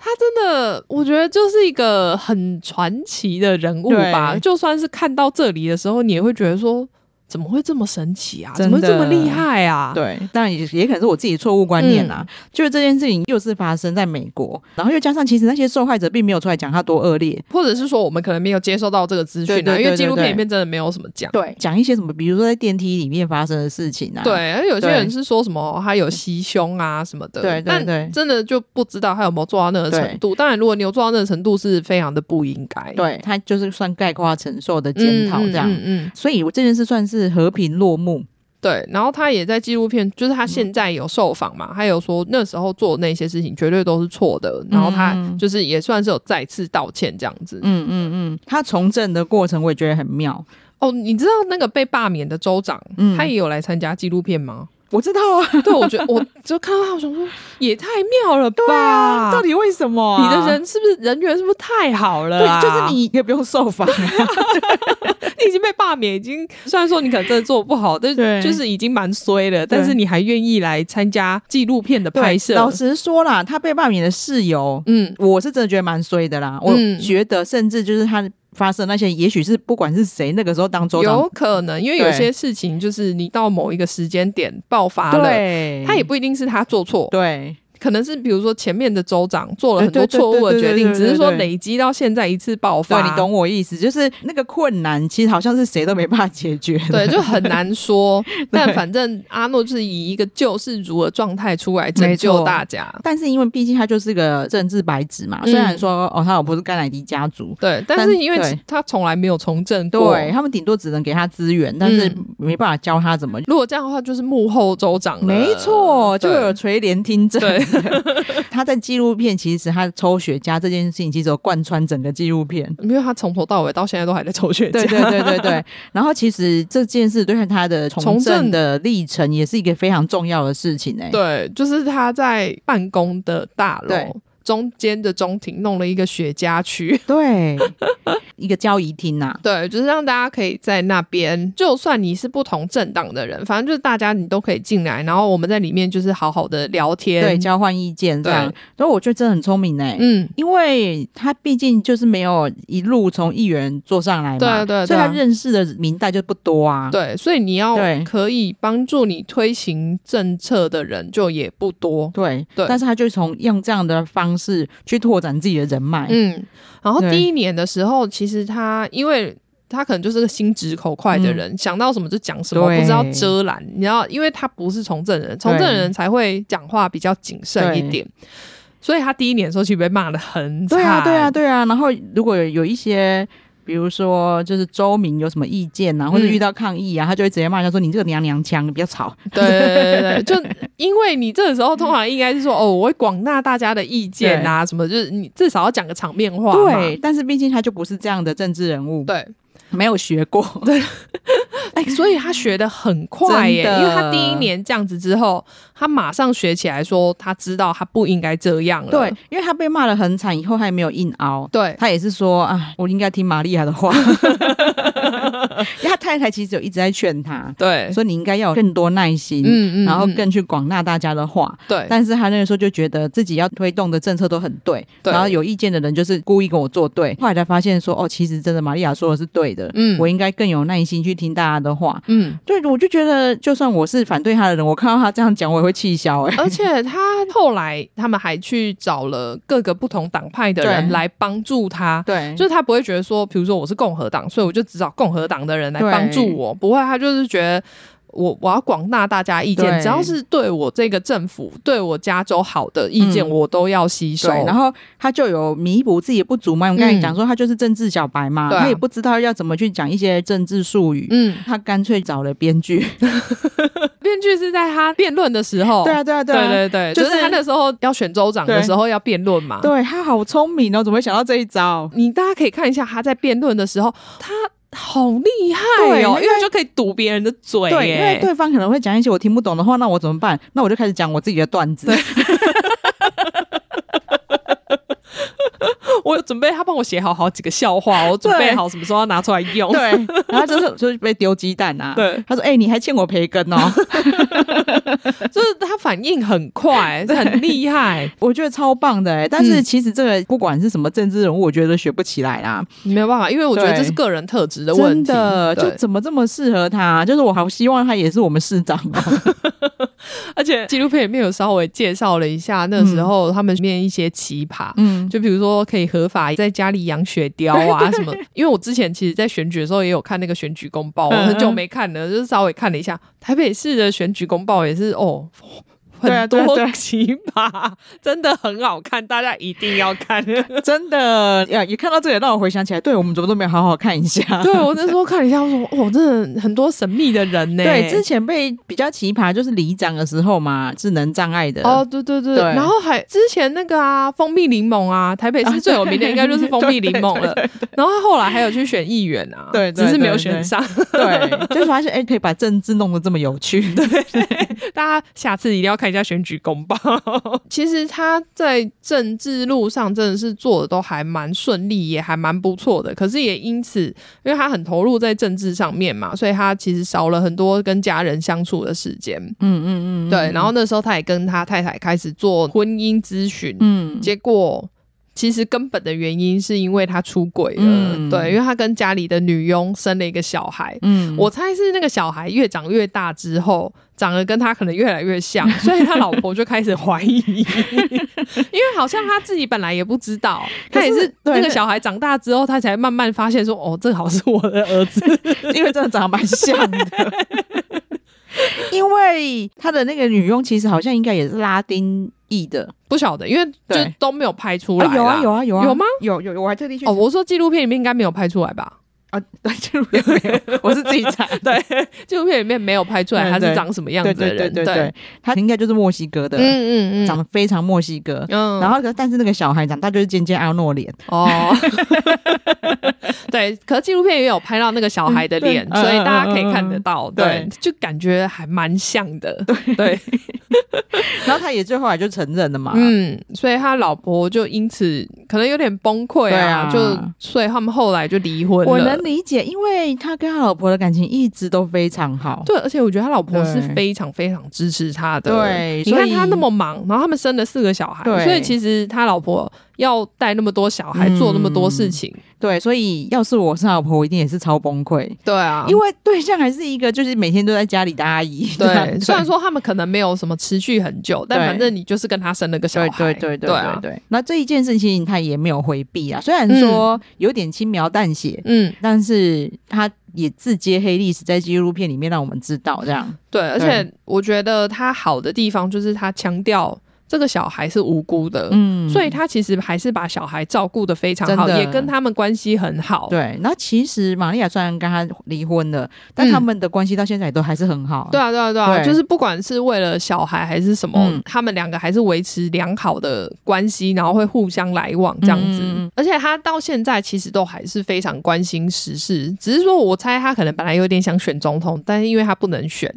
B: 他真的，我觉得就是一个很传奇的人物吧。
A: 对
B: 就算是看到这里的时候，你也会觉得说，怎么会这么神奇啊？
A: 真
B: 怎么会这
A: 的
B: 么厉害啊？
A: 对，当然也也可能是我自己错误观念
B: 嗯
A: 啦、就是这件事情又是发生在美国，然后又加上其实那些受害者并没有出来讲他多恶劣，
B: 或者是说我们可能没有接收到这个资讯
A: 对对
B: 啊，
A: 对
B: 因为纪录
A: 对
B: 片
A: 对
B: 里面真的没有什么讲。
A: 对，讲一些什么，比如说在电梯里面发生的事情啊，
B: 对，而有些
A: 对
B: 人是说什么他有袭胸啊什么的，
A: 对对对
B: 但真的就不知道他有没有做到那个程度。当然，如果你有做到那个程度，是非常的不应该。
A: 对，他就是算概括承受的
B: 嗯，
A: 检讨这样。
B: 嗯嗯嗯
A: 所以，我这件事算是和平落幕。
B: 对。然后他也在纪录片，就是他现在有受访嘛，他有说那时候做那些事情绝对都是错的，然后他
A: 嗯
B: 就是也算是有再次道歉这样子。
A: 嗯嗯嗯，他从政的过程我也觉得很妙。
B: 哦，你知道那个被罢免的州长，
A: 嗯
B: 他也有来参加纪录片吗？
A: 我知道啊，
B: 对，我觉得我就看到他，我想说也太妙了吧！
A: 对啊，到底为什么啊、
B: 你的人是不是人缘是不是太好了、啊？
A: 对，就是，你也不用受啊罚、
B: 你已经被罢免，已经虽然说你可能真的做不好，但
A: 对
B: 就是已经蛮衰了，但是你还愿意来参加纪录片的
A: 对
B: 拍摄，
A: 老实说啦，他被罢免的事由，
B: 嗯，
A: 我是真的觉得蛮衰的啦。我
B: 嗯
A: 觉得甚至就是他发生那些，也许是不管是谁那个时候当州长
B: 有，可能，因为
A: 对
B: 有些事情就是你到某一个时间点爆发了。
A: 对，
B: 他也不一定是他做错，
A: 对
B: 可能是比如说前面的州长做了很多
A: 对对对
B: 错误的决定，
A: 对对对对
B: 只是说
A: 对
B: 累积到现在一次爆
A: 对，
B: 发，
A: 你懂我意思，就是那个困难其实好像是谁都没办法解决的。
B: 对，就很难 说。但反正阿诺就是以一个救世主的状态出来拯
A: 没
B: 救
A: 错
B: 大家。
A: 但是因为毕竟他就是个政治白纸嘛，虽然
B: 嗯
A: 说哦，他老婆是甘乃迪家族，
B: 对，但
A: 但
B: 是因为
A: 对
B: 其他从来没有从政过。
A: 对他们顶多只能给他资源，但是没办法教他怎么。
B: 如果这样的话，就是幕后州长了
A: 没错，就有
B: 对
A: 垂帘听政。
B: 对
A: 他在纪录片，其实他抽雪茄这件事情，其实有贯穿整个纪录片。
B: 因为他从头到尾到现在都还在抽雪茄。
A: 对对对对对。 然后其实这件事对他的
B: 从
A: 从
B: 政
A: 政的历程，也是一个非常重要的事情哎、
B: 对就是他在办公的大
A: 对
B: 楼中间的中庭弄了一个雪茄区，
A: 对， 一个交易厅呐、啊
B: 对，就是让大家可以在那边，就算你是不同政党的人，反正就是大家你都可以进来，然后我们在里面就是好好的聊天。
A: 对，交换意见这样
B: 对。
A: 所以我觉得真的很聪明哎、
B: 嗯，
A: 因为他毕竟就是没有一路从议员做上来嘛，
B: 对啊对对
A: 所以他认识的明代就不多啊。
B: 对，所以你要
A: 对
B: 可以帮助你推行政策的人就也不多。
A: 对
B: 对
A: 但是他就从用这样的方式去拓展自己的人脉。
B: 嗯，然后
A: 对
B: 第一年的时候，其实他因为他可能就是个心直口快的人，想到什么就讲什么，
A: 嗯对
B: 不知道遮拦。你知道，因为他不是从政人，从政人才会讲话比较谨慎一
A: 对
B: 点。所以他第一年的时候，其实被骂的很惨。
A: 对啊，对啊，，对啊。然后如果有有一些。比如说，就是周明有什么意见呐、啊，或者
B: 嗯
A: 遇到抗议啊，他就会直接骂人家说：“你这个娘娘腔，你不要吵。
B: 对对对对，就因为你这个时候通常应该是说，哦，我会广纳大家的意见啊，什么，就是你至少要讲个场面”话嘛。
A: 对，但是毕竟他就不是这样的政治人物，
B: 对，
A: 没有学过。
B: 哎、所以他学的很快耶，
A: 真的
B: 因为他第一年这样子之后，他马上学起来说，他知道他不应该这样了。
A: 对，因为他被骂的很惨，以后他也没有硬凹，
B: 对
A: 他也是说啊，我应该听玛利亚的话，因为他太太太其实有一直在劝他，
B: 对，
A: 说你应该要有更多耐心，
B: 嗯
A: 然后更去广纳大家的话。
B: 对，
A: 但是他那个时候就觉得自己要推动的政策都很对，
B: 对
A: 然后有意见的人就是故意跟我作对，后来才发现说，哦，其实真的玛利亚说的是对的，
B: 嗯
A: 我应该更有耐心去听大家的话。
B: 嗯，
A: 对，我就觉得，就算我是反对他的人，我看到他这样讲，我也会气消、欸。哎，
B: 而且他后来他们还去找了各个不同党派的人
A: 对
B: 来帮助他。
A: 对
B: 就是他不会觉得说，比如说我是共和党，所以我就只找共和党的人来
A: 对
B: 帮助我。不会，他就是觉得我我要广纳大家意见，
A: 对
B: 只要是对我这个政府、对我加州好的意见，
A: 嗯
B: 我都要吸收。
A: 对，然后他就有弥补自己的不足嘛。我们刚才
B: 嗯
A: 讲说，他就是政治小白嘛，
B: 对啊
A: 他也不知道要怎么去讲一些政治术语。
B: 嗯，
A: 他干脆找了编剧，
B: 编剧是在他辩论的时候，
A: 对啊，对啊，对
B: 哦对
A: 啊，
B: 对对，
A: 就
B: 就是是他那时候要选州长的
A: 对
B: 时候要辩论嘛。
A: 对他好聪明哦，怎么会想到这一招？
B: 你大家可以看一下他在辩论的时候，他好厉害
A: 对
B: 哦，
A: 那
B: 因为就可以堵别人的嘴耶，
A: 对，因为对方可能会讲一些我听不懂的话，那我怎么办？那我就开始讲我自己的段子。
B: 我有准备他帮我写好好几个笑话，我准备
A: 对
B: 好什么时候要拿出来用。
A: 对，然后就是就是被丢鸡蛋啊。
B: 对，
A: 他说：“哎、你还欠我培 根哦。
B: 就是他反应很快，很 厉害，”
A: 我觉得超棒的哎、但是
B: 嗯
A: 其实这个不管是什么政治人物，我觉得学不起来啦。
B: 没有办法，因为我觉得
A: 对
B: 这是个人特质的
A: 真
B: 问题。
A: 的，就
B: 对
A: 怎么这么适合他？就是我好希望他也是我们市长哦。
B: 而且纪录片里面有稍微介绍了一下，那时候他们面一些奇葩，
A: 嗯，
B: 就比如说可以合法在家里养雪貂啊 什么，因为我之前其实，在选举的时候也有看那个选举公报，我
A: 嗯
B: 很久没看了，就是稍微看了一下台北市的选举公报也是哦。很
A: 对啊对啊
B: 多
A: 对啊
B: 奇葩， 真的很好看，大家一定要看。 对
A: 真的呀，也看到这里让我回想起来，对我们怎么都没有好好看一下。
B: 我那时候看了一下，我说哦，真的很多神秘的人呢。
A: 对，之前被比较奇葩就是里长的时候嘛，智能障碍的
B: 哦，，对对对，
A: 对
B: 然后还之前那个啊，蜂蜜柠檬啊，台北市最有名的应该就是蜂蜜柠檬 了。然后他后来还有去选议员啊，
A: 对对
B: 只是没有
A: 对
B: 选
A: 对
B: 上。
A: 对，就是发现哎、可以把政治弄得这么有趣。对，
B: 大家下次一定要看一下选举公报。 其实他在政治路上真的是做的都还蛮顺利，也还蛮不错的。可是也因此，因为他很投入在政治上面嘛，所以他其实少了很多跟家人相处的时间。
A: 嗯 嗯嗯，
B: 对，然后那时候他也跟他太太开始做婚姻咨询，
A: 嗯，
B: 结果。其实根本的原因是因为他出轨了，
A: 嗯
B: 对，因为他跟家里的女佣生了一个小孩，
A: 嗯，
B: 我猜是那个小孩越长越大之后，长得跟他可能越来越像，所以他老婆就开始怀疑，因为好像他自己本来也不知道，
A: 可是
B: 他也是
A: 对
B: 那
A: 那
B: 个小孩长大之后，他才慢慢发现说，哦，这好像是我的儿子，
A: 因为真的长得蛮像的。 因为他的那个女佣其实好像应该也是拉丁裔的，
B: 不晓得，因为就
A: 对
B: 都没有拍出来啦、
A: 啊有啊有啊有啊
B: 有吗？
A: 有有有，我还特地去
B: 哦，我说纪录片里面应该没有拍出来吧？
A: 啊，对，就没有，我是自己 查 对
B: 纪录片里面没有拍出来
A: 对
B: 他是
A: 对
B: 长什么样
A: 对
B: 子的
A: 对对
B: 人，
A: 对对，他应该就是墨西哥的，
B: 嗯嗯嗯，
A: 长得非常墨西哥。
B: 嗯，
A: 然后可是，但是那个小孩长大就是尖尖阿诺脸，
B: 哦， 对，可是纪录片也有拍到那个小孩的脸，
A: 嗯对
B: 所以大家可以看得到，
A: 嗯嗯嗯嗯
B: 对，就感觉还蛮像的，对
A: 然后他也最后来就承认了嘛。
B: 嗯，所以他老婆就因此可能有点崩溃
A: 对
B: 啊，
A: 啊
B: 就所以他们后来就离婚
A: 我能
B: 了。
A: 理解，因为他跟他老婆的感情一直都非常好。
B: 对，而且我觉得他老婆
A: 对
B: 是非常非常支持他的。
A: 对
B: 你看
A: 所以
B: 他那么忙，然后他们生了四个小孩，
A: 对
B: 所以其实他老婆要带那么多小孩，
A: 嗯
B: 做那么多事情，
A: 对，所以要是我是他老婆，我一定也是超崩溃。
B: 对啊，
A: 因为对象还是一个就是每天都在家里的阿姨。
B: 对，虽然说他们可能没有什么持续很久，但
A: 对
B: 反正你就是跟他生了个小
A: 对
B: 孩，
A: 对对
B: 对
A: 对对
B: 啊，
A: 对，那这一件事情他也没有回避啊，虽然说有点轻描淡写，
B: 嗯，
A: 但是他也自揭黑历史，在纪录片里面让我们知道这 样。
B: 对，而且我觉得他好的地方就是他强调这个小孩是无辜的，
A: 嗯，
B: 所以他其实还是把小孩照顾的非常好，
A: 真的
B: 也跟他们关系很好，
A: 对，然后其实玛利亚虽然跟他离婚了，但
B: 嗯
A: 他们的关系到现在也都还是很好。
B: 对啊，对啊，对啊，
A: 对
B: 就是不管是为了小孩还是什么，
A: 嗯
B: 他们两个还是维持良好的关系，然后会互相来往这样子。
A: 嗯
B: 而且他到现在其实都还是非常关心时事，只是说我猜他可能本来有点想选总统，但是因为他不能选。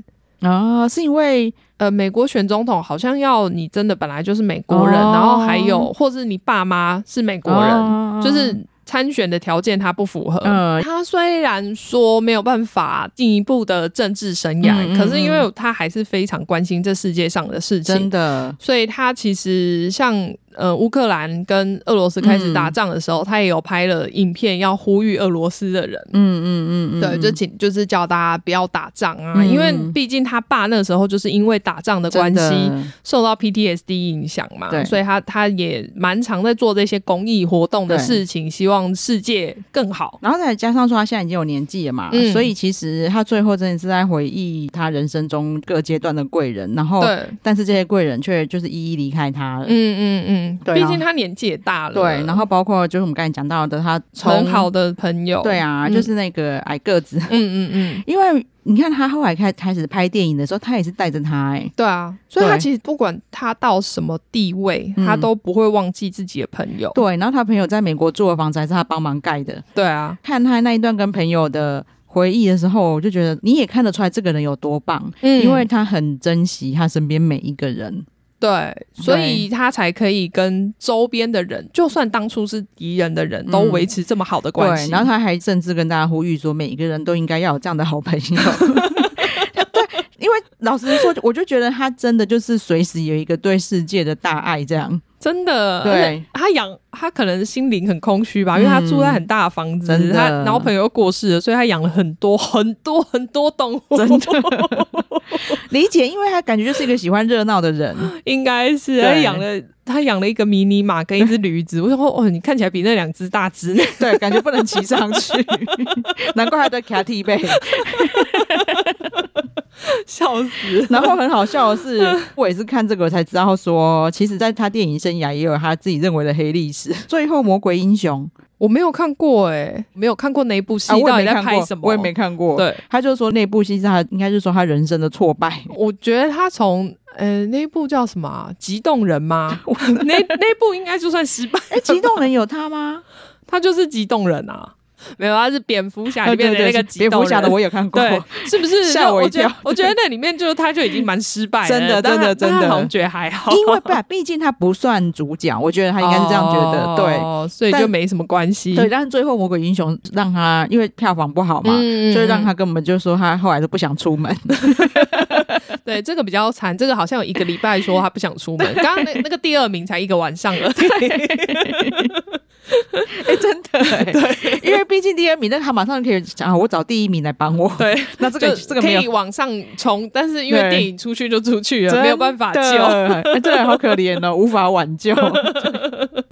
A: 啊，是因为
B: 呃，美国选总统好像要你真的本来就是美国人，
A: 哦
B: 然后还有或是你爸妈是美国人，
A: 哦
B: 就是参选的条件他不符合。
A: 嗯
B: 他虽然说没有办法进一步的政治生涯，
A: 嗯嗯
B: 可是因为他还是非常关心这世界上的事
A: 真
B: 情，
A: 的，
B: 所以他其实像呃乌克兰跟俄罗斯开
A: 嗯
B: 始打仗的时候，他也有拍了影片要呼吁俄罗斯的人。
A: 嗯嗯嗯嗯，
B: 对，就请就是叫大家不要打仗啊，
A: 嗯
B: 因为毕竟他爸那时候就是因为打仗的关
A: 真
B: 系
A: 的
B: 受到 PTSD 影响嘛
A: 对，
B: 所以他他也蛮常在做这些公益活动的
A: 对
B: 事情，希望世界更好。
A: 然后再加上说他现在已经有年纪了嘛，
B: 嗯
A: 所以其实他最后真的是在回忆他人生中各阶段的贵人，然后
B: 对，
A: 但是这些贵人却就是一一离开他了。
B: 嗯嗯嗯，
A: 对啊
B: 毕竟他年纪也大了，
A: 对，然后包括就是我们刚才讲到的，他从
B: 很好的朋友，
A: 对啊，
B: 嗯
A: 就是那个矮个子，
B: 嗯嗯嗯，
A: 因为你看他后来开开始拍电影的时候，他也是带着他哎、
B: 对啊，所以
A: 对
B: 他其实不管他到什么地位，
A: 嗯
B: 他都不会忘记自己的朋友，
A: 对，然后他朋友在美国住的房子还是他帮忙盖的。
B: 对啊，
A: 看他那一段跟朋友的回忆的时候，我就觉得你也看得出来这个人有多棒，
B: 嗯
A: 因为他很珍惜他身边每一个人。
B: 对，所以他才可以跟周边的人，就算当初是敌人的人，
A: 嗯
B: 都维持这么好的关
A: 对，
B: 系。
A: 然后他还甚至跟大家呼吁说，每一个人都应该要有这样的好朋 友。对，因为老实说，我就觉得他真的就是随时有一个对世界的大爱，这样
B: 真的，
A: 对嗯
B: 而且他养他可能心灵很空虚吧，因为他住在很大的房子，
A: 真的
B: 他然后朋友又过世了，所以他养了很多很多很多动物，
A: 真的 理解，因为他感觉就是一个喜欢热闹的人。
B: 应该是
A: 对
B: 他养了他养了一个迷你马跟一只驴子，我 想说哦，你看起来比那两只大只，
A: 对，感觉不能骑上去， 难怪他的卡蒂贝。
B: 笑死。
A: 然后很好笑的是， 我也是看这个才知道说，其实在他电影生涯也有他自己认为的黑历史。最后魔鬼英雄
B: 我没有看过哎、没有看过那一部戏
A: 欸啊，，我
B: 到
A: 也
B: 底
A: 没
B: 在
A: 看
B: 拍
A: 过
B: 什，么？
A: 我也没看过。
B: 对。
A: 他就说那部戏是他，应该是说他人生的挫 败。
B: 我觉得他从呃那一部叫什么啊、激动人》 吗？那那一部应该就算失败，
A: 哎，激动人有他吗？
B: 他就是《激动人》啊，没有，他是蝙蝠侠啊里面的那个激
A: 蝙
B: 动
A: 蝠
B: 人。
A: 侠的我也看过。
B: 对，是不是
A: 吓我一
B: 觉得
A: 跳
B: 我觉得那里面就是他就已经蛮失败了，
A: 真的
B: 但
A: 真
B: 他
A: 的
B: 但他
A: 真的
B: 好像觉得还好，
A: 因为不，毕竟他不算主角，我觉得他应该是这样觉得。对
B: 哦，所以就
A: 但
B: 没什么关系。
A: 对，但是最后魔鬼英雄让他因为票房不好嘛，
B: 嗯
A: 所以让他根本就说他后来都不想出门。
B: 对这个比较惨，这个好像有一个礼拜说他不想出门，刚刚那那个第二名才一个晚上而已。
A: 哎、真的、欸，对，因为毕竟第二名，那他马上就可以想啊，我找第一名来帮我。
B: 对，
A: 那这个
B: 就
A: 这个
B: 可
A: 没有
B: 以往上冲，但是因为
A: 对
B: 电影出去就出去
A: 真
B: 了，
A: 的
B: 没有办法救。
A: 哎真的好可怜 哦，无法挽救。对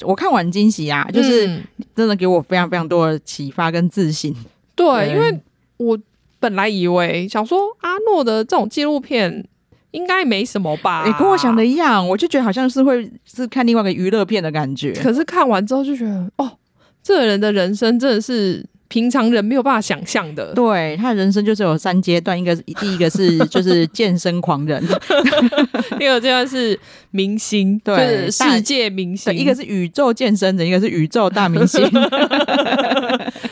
A: 我看完惊喜啊，就是
B: 嗯
A: 真的给我非常非常多的启发跟自信。
B: 对，
A: 对
B: 因为我本来以为想说阿诺的这种纪录片应该没什么吧，
A: 你、哎跟我想的。一样，我就觉得好像是会是看另外一个娱乐片的感觉。
B: 可是看完之后就觉得，哦，这个人的人生真的是平常人没有办法想象的。
A: 对他的人生就是有三阶段，一个第一个是就是健身狂 人，
B: 第二个阶段是明星，
A: 对
B: 就是世界明星
A: 对，；一个是宇宙健身人，一个是宇宙大明星。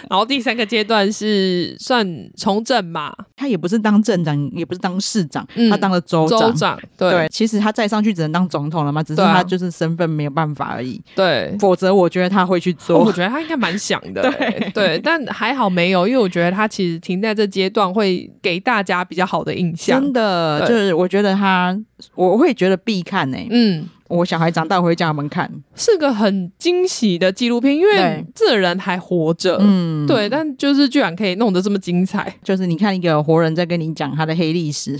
B: 然后第三个阶段是算从政嘛，
A: 他也不是当镇长，也不是当市长，
B: 嗯
A: 他当了州
B: 州
A: 长。
B: 长。
A: 对
B: 对，
A: 其实他再上去只能当总统了嘛，只是
B: 对啊
A: 他就是身份没有办法而已。
B: 对，
A: 否则，我觉得他会去
B: 哦
A: 做
B: 我。觉得他应该蛮想的、
A: 欸
B: 对对，但还好没有，因为我觉得他其实停在这阶段会给大家比较好的印象
A: 真。的，
B: 对
A: 就是我觉得他，我会觉得必看呢、欸
B: 嗯，
A: 我小孩长大我会叫他们看。
B: 是个很惊喜的纪录片，因为
A: 对
B: 这人还活着。
A: 嗯，
B: 对，但就是居然可以弄得这么精彩，
A: 就是你看一个活人在跟你讲他的黑历史，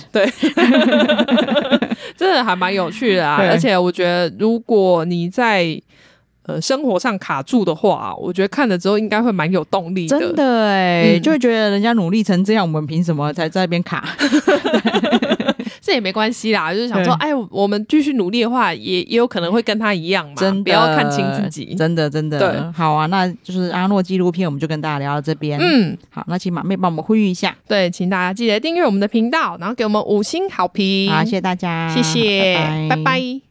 B: 真的还蛮有趣的啊！
A: 对
B: 而且我觉得，如果你在呃生活上卡住的话，我觉得看了之后应该会蛮有动力
A: 真的哎、
B: 嗯
A: 就会觉得人家努力成这样，我们凭什么才在那边卡？
B: 这也没关系啦，就是想说，哎，我们继续努力的话，也也有可能会跟他一样嘛，
A: 真的
B: 不要看清自己。
A: 真的真
B: 对
A: 的。好啊，那就是阿诺纪录片，我们就跟大家聊到这边。，
B: 嗯，
A: 好，那请马妹帮我们呼吁一下。
B: 对，请大家记得订阅我们的频道，然后给我们五星好评。
A: 好，谢谢大家，
B: 谢谢，
A: 拜拜
B: 拜拜